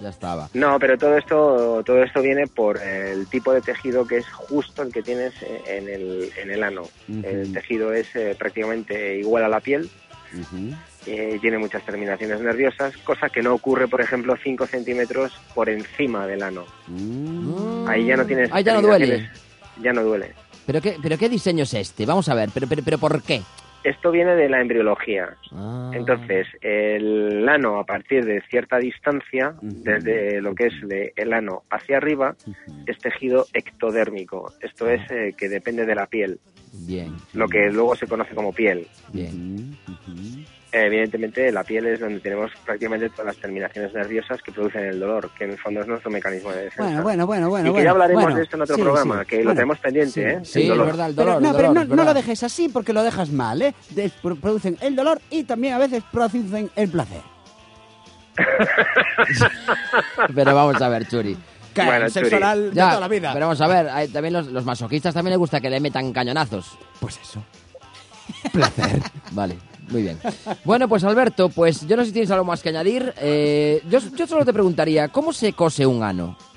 Speaker 3: Ya estaba.
Speaker 10: No, pero todo esto, todo esto viene por el tipo de tejido que es justo el que tienes eh, en el, en el ano. El tejido es eh, prácticamente igual a la piel. eh, tiene muchas terminaciones nerviosas, cosa que no ocurre, por ejemplo, 5 centímetros por encima del ano. Ahí ya no tienes.
Speaker 3: Mm. Ahí ya no duele.
Speaker 10: terminaciones- Ya no duele.
Speaker 3: ¿Pero qué, ¿Pero qué diseño es este? Vamos a ver, ¿pero, pero, pero por qué?
Speaker 10: Esto viene de la embriología.
Speaker 3: Ah.
Speaker 10: Entonces, el ano a partir de cierta distancia, desde lo que es de el ano hacia arriba, es tejido ectodérmico. Esto es
Speaker 4: Ah.
Speaker 10: eh, que depende de la piel,
Speaker 3: Bien,
Speaker 10: lo que luego se conoce como piel.
Speaker 3: bien.
Speaker 10: Eh, Evidentemente, la piel es donde tenemos prácticamente todas las terminaciones nerviosas que producen el dolor, que en el fondo es nuestro mecanismo de defensa.
Speaker 4: Bueno, bueno, bueno, bueno.
Speaker 10: y que
Speaker 4: bueno,
Speaker 10: ya hablaremos
Speaker 4: bueno.
Speaker 10: de esto en otro
Speaker 4: Sí,
Speaker 10: programa,
Speaker 4: sí,
Speaker 10: que lo
Speaker 4: bueno.
Speaker 10: tenemos pendiente,
Speaker 4: Sí.
Speaker 10: ¿eh?
Speaker 3: Sí,
Speaker 10: el dolor.
Speaker 3: es verdad, el dolor.
Speaker 4: Pero, no,
Speaker 3: el
Speaker 4: pero
Speaker 3: dolor,
Speaker 4: no,
Speaker 3: es
Speaker 4: no lo
Speaker 3: verdad.
Speaker 4: dejes así porque lo dejas mal, ¿eh? Des- pro- producen el dolor y también a veces producen el placer.
Speaker 3: Pero vamos a ver, Churi.
Speaker 4: Que
Speaker 10: Bueno,
Speaker 4: el sexo
Speaker 10: Churi.
Speaker 4: oral de
Speaker 3: Ya,
Speaker 4: toda la vida.
Speaker 3: Pero vamos a ver, hay- también los, los masoquistas también les gusta que le metan cañonazos.
Speaker 4: Pues eso.
Speaker 3: Vale. Muy bien. Bueno, pues Alberto, pues yo no sé si tienes algo más que añadir. Eh, yo, yo solo te preguntaría, ¿cómo se cose un ano?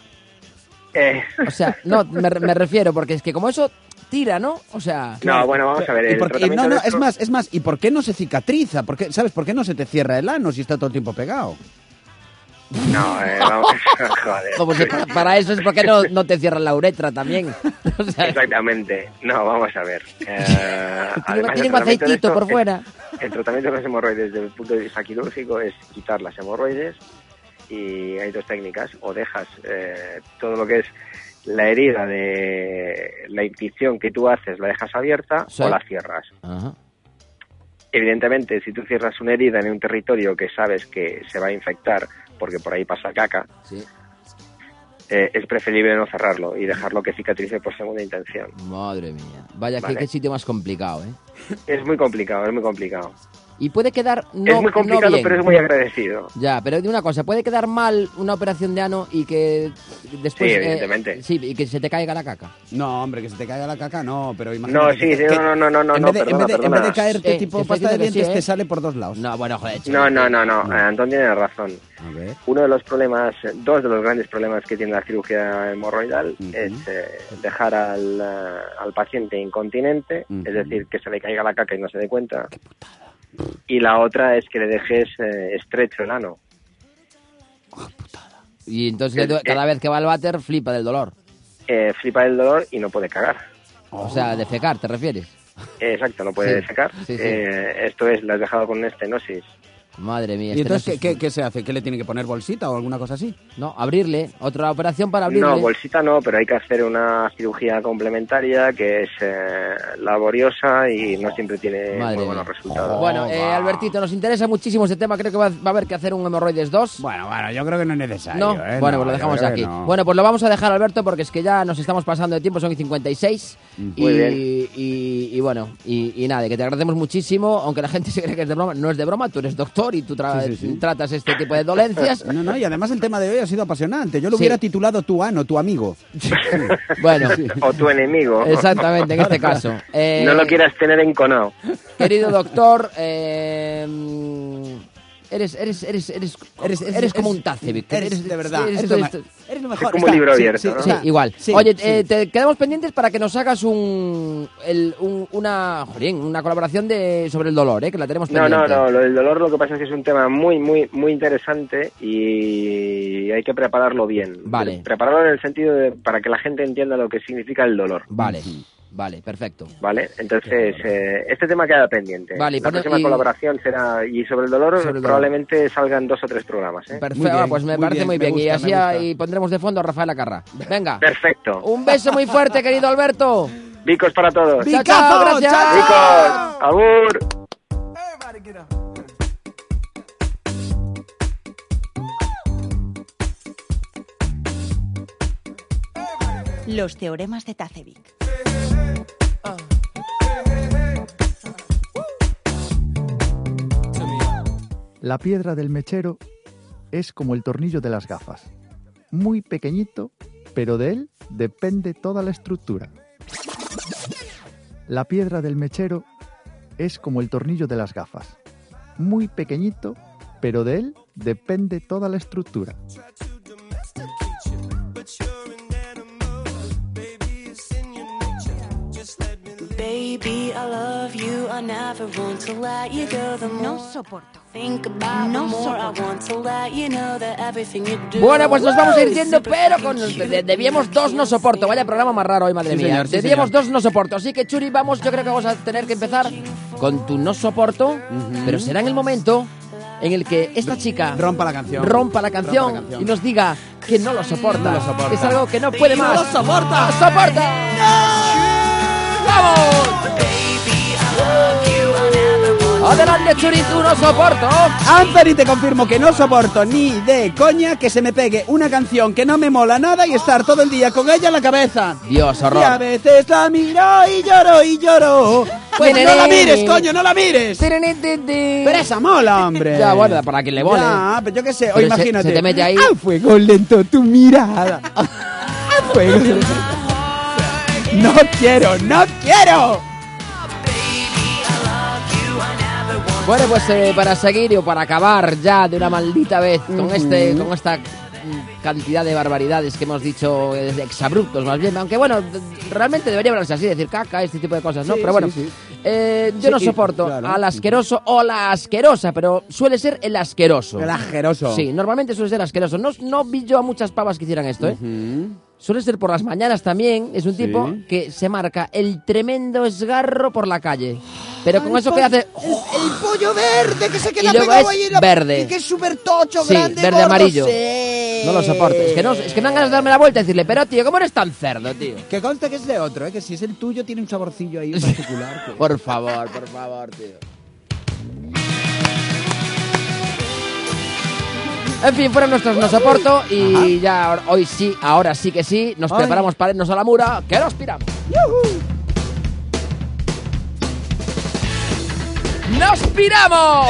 Speaker 10: Eh,
Speaker 3: O sea, no, me, me refiero, porque es que como eso tira, ¿no? O sea,
Speaker 10: no, bueno, vamos a ver.
Speaker 4: Y
Speaker 10: El
Speaker 4: por qué- y
Speaker 10: tratamiento
Speaker 4: no, no,
Speaker 10: de
Speaker 4: es
Speaker 10: esto-
Speaker 4: más, es más, ¿y por qué no se cicatriza? ¿Por qué- ¿Sabes por qué no se te cierra el ano si está todo el tiempo pegado?
Speaker 10: No, eh, vamos. joder.
Speaker 3: como si para, para eso es porque no, no te cierran la uretra también. O sea,
Speaker 10: Exactamente. No, vamos a ver. Eh, además, el
Speaker 3: tiene un
Speaker 10: tratamiento de
Speaker 3: aceitito
Speaker 10: esto
Speaker 3: por
Speaker 10: es-
Speaker 3: fuera.
Speaker 10: el tratamiento de las hemorroides desde el punto de vista quirúrgico es quitar las hemorroides y hay dos técnicas. O dejas eh, todo lo que es la herida de la incisión que tú haces, la dejas abierta
Speaker 3: Sí.
Speaker 10: o la cierras.
Speaker 3: Ajá.
Speaker 10: Evidentemente, si tú cierras una herida en un territorio que sabes que se va a infectar porque por ahí pasa caca,
Speaker 3: Sí.
Speaker 10: eh, es preferible no cerrarlo y dejarlo que cicatrice por segunda intención.
Speaker 3: Madre mía. Vaya, que
Speaker 10: Vale.
Speaker 3: qué sitio más complicado, ¿eh?
Speaker 10: Es muy complicado, es muy complicado.
Speaker 3: Y puede quedar no,
Speaker 10: es muy
Speaker 3: no
Speaker 10: complicado,
Speaker 3: bien.
Speaker 10: pero es muy agradecido.
Speaker 3: Ya, pero dime una cosa, puede quedar mal una operación de ano y que después... eh,
Speaker 10: Sí, evidentemente.
Speaker 3: sí, y que se te caiga la caca.
Speaker 4: No, hombre, que se te caiga la caca, no, pero
Speaker 10: No,
Speaker 4: imagínate.
Speaker 10: sí,
Speaker 4: que-
Speaker 10: sí, no, no, no, no,
Speaker 4: en
Speaker 10: no,
Speaker 4: vez de, en
Speaker 10: perdona,
Speaker 4: vez de- en
Speaker 10: perdona.
Speaker 4: vez de caerte
Speaker 3: Eh,
Speaker 4: tipo
Speaker 3: te estoy
Speaker 4: pasta de
Speaker 3: diciendo que
Speaker 4: dientes,
Speaker 3: sí, ¿eh?
Speaker 4: te sale por dos lados.
Speaker 3: No, bueno, joder.
Speaker 10: No, no, no, no, Antón tiene razón.
Speaker 4: A ver.
Speaker 10: Uno de los problemas, dos de los grandes problemas que tiene la cirugía hemorroidal es eh, dejar al, eh, al paciente incontinente, es decir, que se le caiga la caca y no se dé cuenta. Y la otra es que le dejes eh, estrecho el ano.
Speaker 3: Y entonces
Speaker 10: Eh,
Speaker 3: cada
Speaker 10: eh.
Speaker 3: vez que va al váter flipa del dolor.
Speaker 10: Eh, flipa el dolor y no puede cagar.
Speaker 3: O sea, de fecar, ¿te refieres?
Speaker 10: Eh, exacto, no puede
Speaker 3: Sí,
Speaker 10: sacar.
Speaker 3: sí, sí.
Speaker 10: Eh, esto es, la has dejado con estenosis.
Speaker 3: Madre mía.
Speaker 4: ¿Y
Speaker 3: este no
Speaker 4: entonces
Speaker 3: es-
Speaker 4: ¿qué, qué, qué se hace? ¿Qué le tiene que poner bolsita o alguna cosa así?
Speaker 3: No, abrirle. Otra operación para abrirle.
Speaker 10: No, pues, bolsita no, pero hay que hacer una cirugía complementaria que es eh, laboriosa y no siempre
Speaker 3: Madre
Speaker 10: tiene eh, muy
Speaker 3: mía.
Speaker 10: buenos resultados.
Speaker 3: Bueno, eh,
Speaker 4: Ah.
Speaker 3: Albertito, nos interesa muchísimo este tema. Creo que va, va a haber que hacer un hemorroides 2.
Speaker 4: Bueno, bueno, yo creo que no es necesario.
Speaker 3: No,
Speaker 4: ¿eh?
Speaker 3: bueno,
Speaker 4: No,
Speaker 3: pues lo
Speaker 4: yo
Speaker 3: dejamos
Speaker 4: creo
Speaker 3: aquí.
Speaker 4: que no.
Speaker 3: Bueno, pues lo vamos a dejar, Alberto, porque es que ya nos estamos pasando de tiempo, son y 56. y,
Speaker 10: bien.
Speaker 3: y- y bueno, y, y nada, que te agradecemos muchísimo, aunque la gente se cree que es de broma, no es de broma, tú eres doctor y tú tra-
Speaker 4: Sí, sí, sí.
Speaker 3: tratas este tipo de dolencias.
Speaker 4: No, no, y además el tema de hoy ha sido apasionante. Yo lo
Speaker 3: Sí.
Speaker 4: hubiera titulado Tu ano, tu amigo.
Speaker 3: Bueno,
Speaker 10: O tu enemigo.
Speaker 3: exactamente, en este caso. Eh,
Speaker 10: No lo quieras tener enconado.
Speaker 3: Querido doctor, eh, eres, eres, eres, eres, eres, como un tace, Víctor.
Speaker 4: Eres de verdad.
Speaker 3: eres-
Speaker 4: Eres, lo,
Speaker 3: eres-
Speaker 4: me- eres lo mejor.
Speaker 10: Es como un libro abierto, ¿no?
Speaker 3: Sí,
Speaker 4: está.
Speaker 3: igual.
Speaker 4: Sí,
Speaker 3: Oye,
Speaker 4: sí.
Speaker 3: eh, te quedamos pendientes para que nos hagas un, el- un- una, jolín, una colaboración de sobre el dolor, ¿eh? que la tenemos
Speaker 10: No,
Speaker 3: pendiente.
Speaker 10: no, no. Lo del dolor lo que pasa es que es un tema muy, muy, muy interesante y hay que prepararlo bien.
Speaker 3: Vale.
Speaker 10: Prepararlo en el sentido de para que la gente entienda lo que significa el dolor.
Speaker 3: Vale, vale, perfecto.
Speaker 10: Vale, entonces eh, este tema queda pendiente.
Speaker 3: Vale,
Speaker 10: la
Speaker 3: pone-
Speaker 10: próxima
Speaker 3: y-
Speaker 10: colaboración será y sobre el dolor
Speaker 3: Sobre el dolor.
Speaker 10: probablemente salgan dos o tres programas. ¿eh?
Speaker 3: Perfecto,
Speaker 4: Muy bien,
Speaker 3: ah, pues me
Speaker 4: muy
Speaker 3: parece
Speaker 4: bien,
Speaker 3: muy
Speaker 4: me
Speaker 3: bien. y
Speaker 4: gusta,
Speaker 3: así
Speaker 4: me gusta.
Speaker 3: ahí pondremos de fondo a Rafael Acarra. Venga.
Speaker 10: Perfecto.
Speaker 3: Un beso muy fuerte, querido Alberto.
Speaker 10: Vicos para todos.
Speaker 3: Chao, chao,
Speaker 4: ¡Bicazo!
Speaker 3: gracias.
Speaker 4: ¡Chao!
Speaker 10: Vicos. Abur.
Speaker 5: Los teoremas de Tacevic.
Speaker 11: La piedra del mechero es como el tornillo de las gafas. Muy pequeñito, pero de él depende toda la estructura. La piedra del mechero es como el tornillo de las gafas. Muy pequeñito, pero de él depende toda la estructura.
Speaker 6: Baby, I love you. I never want to let you go. The
Speaker 5: No
Speaker 6: more
Speaker 5: soporto.
Speaker 6: I think about
Speaker 5: No
Speaker 6: the more I
Speaker 5: soporto.
Speaker 6: want to let you know that everything you do.
Speaker 3: Bueno, pues nos vamos a ir
Speaker 6: is
Speaker 3: yendo,
Speaker 6: super
Speaker 3: pero
Speaker 6: fucking
Speaker 3: con
Speaker 6: cute.
Speaker 3: de- debíamos dos no soporto. Vaya programa más raro hoy, madre
Speaker 4: Sí,
Speaker 3: mía.
Speaker 4: señor, sí,
Speaker 3: debíamos
Speaker 4: señor.
Speaker 3: dos no soporto. Así que, Churi, vamos, yo creo que vamos a tener que empezar con tu no soporto, pero será en el momento en el que esta chica
Speaker 4: Rompa la canción.
Speaker 3: rompa la canción,
Speaker 4: Rompa la canción.
Speaker 3: y nos diga que no lo
Speaker 4: No
Speaker 3: soporta.
Speaker 4: lo soporta.
Speaker 3: Es algo que no puede más.
Speaker 4: lo soporta.
Speaker 3: ¡No soporta! ¡Vamos! Adelante, Churi, tú no soporto.
Speaker 4: Anthony, te confirmo que no soporto ni de coña que se me pegue una canción que no me mola nada y estar todo el día con ella en la cabeza.
Speaker 3: Dios,
Speaker 4: Y a
Speaker 3: horror.
Speaker 4: veces la miro y lloro y lloro. Pues no la mires, coño, no la mires. Pero esa mola, hombre.
Speaker 3: Ya, bueno, para quien le mole.
Speaker 4: Ya, pero yo qué sé. O
Speaker 3: Pero se-
Speaker 4: imagínate.
Speaker 3: se te mete ahí.
Speaker 4: A fuego lento tu mirada. A fuego lento. No quiero, no quiero.
Speaker 6: Baby, I love you. I never want
Speaker 3: Bueno, pues eh, para seguir o para acabar ya de una maldita vez con este, con esta mm, cantidad de barbaridades que hemos dicho eh, desde exabruptos más bien, aunque bueno, d- realmente debería hablarse así, decir caca, este tipo de cosas, ¿no?
Speaker 2: Sí,
Speaker 3: pero bueno,
Speaker 2: sí, sí.
Speaker 3: eh, yo
Speaker 2: Sí,
Speaker 3: no
Speaker 2: y-
Speaker 3: soporto
Speaker 2: claro.
Speaker 3: al asqueroso o la asquerosa, pero suele ser el asqueroso.
Speaker 2: El asqueroso.
Speaker 3: Sí, normalmente suele ser asqueroso. No, no vi yo a muchas pavas que hicieran esto, ¿eh? Suele ser por las mañanas también. Es un
Speaker 2: Sí.
Speaker 3: tipo que se marca el tremendo esgarro por la calle. Pero con
Speaker 12: pues,
Speaker 3: eso que hace...
Speaker 12: El pollo verde que se
Speaker 3: Y
Speaker 12: queda
Speaker 3: luego
Speaker 12: pegado
Speaker 3: es
Speaker 12: ahí en la
Speaker 3: verde.
Speaker 12: Y que es súper tocho,
Speaker 3: Sí,
Speaker 12: grande,
Speaker 3: verde
Speaker 12: gordo,
Speaker 3: amarillo.
Speaker 12: sí.
Speaker 3: No lo soporto. Es que, no, es que me dan ganas de darme la vuelta y decirle, pero tío, ¿cómo eres tan cerdo, tío?
Speaker 12: Que conste que es de otro, ¿eh? que si es el tuyo tiene un saborcillo ahí particular. que-
Speaker 3: Por favor, por favor, tío. En fin, fueron nuestros no soporto y ya ahora- hoy sí, ahora sí que sí, nos
Speaker 12: Ay.
Speaker 3: preparamos para irnos a la mura, que nos piramos. ¡Nos piramos!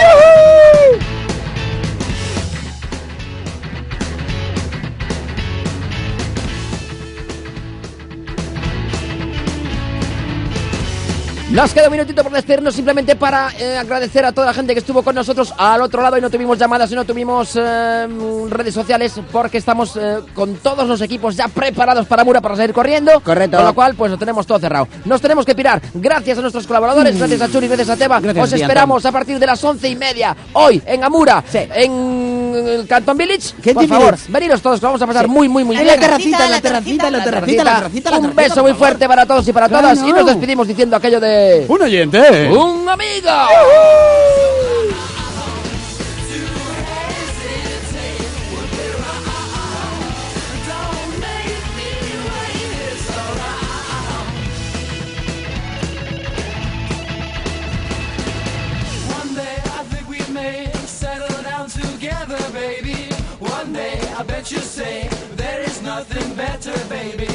Speaker 3: Nos queda un minutito por despedirnos simplemente para eh, agradecer a toda la gente que estuvo con nosotros al otro lado y no tuvimos llamadas y no tuvimos eh, redes sociales porque estamos eh, con todos los equipos ya preparados para Mura para salir corriendo.
Speaker 2: Correcto.
Speaker 3: Con lo cual, pues lo tenemos todo cerrado. Nos tenemos que pirar. Gracias a nuestros colaboradores, gracias a Churi, gracias a Teba.
Speaker 2: Mm. Gracias
Speaker 3: Os
Speaker 2: a ti,
Speaker 3: esperamos a partir de las once y media hoy en Amura, en el Canton Village. Por
Speaker 2: Village.
Speaker 3: favor, veniros todos, que vamos a pasar
Speaker 2: Sí.
Speaker 3: muy, muy, muy
Speaker 12: En
Speaker 3: bien.
Speaker 12: la terracita, en la terracita, en la terracita, en la terracita. en la
Speaker 3: Un
Speaker 12: terracita,
Speaker 3: beso
Speaker 12: por
Speaker 3: muy
Speaker 12: favor.
Speaker 3: fuerte para todos y para
Speaker 2: Claro.
Speaker 3: todas. Y nos despedimos diciendo aquello de.
Speaker 2: Un oyente.
Speaker 3: ¡Un amigo!
Speaker 6: One day I think we may settle down together, baby. One day I bet you say there is nothing better, baby.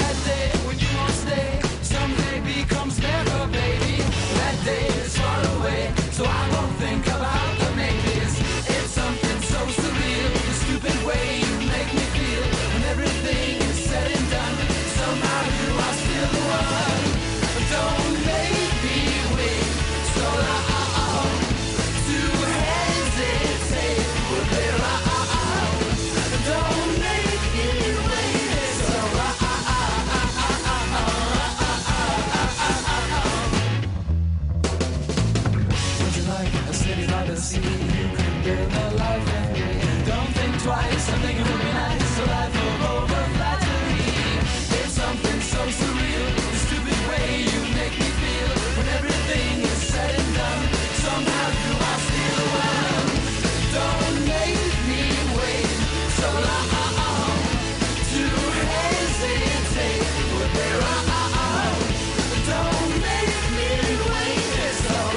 Speaker 6: That day when you won't stay, someday becomes never, baby. That day is far away, so I won't think about the maybes. It's something so surreal, the stupid way you make me feel. When everything is said and done, somehow you are still the one. Don't make me wait so long to hesitate. We're there out. Don't make me wait so long. Would you like a city by the sea? You could build a life with me. Don't think twice. I think it would be nice. A life of over flattery. There's something so surreal. The stupid way you make me feel when everything is said and done. Somehow you are still the one. Don't make me wait so long to hesitate. We're there out. Don't make me wait so long.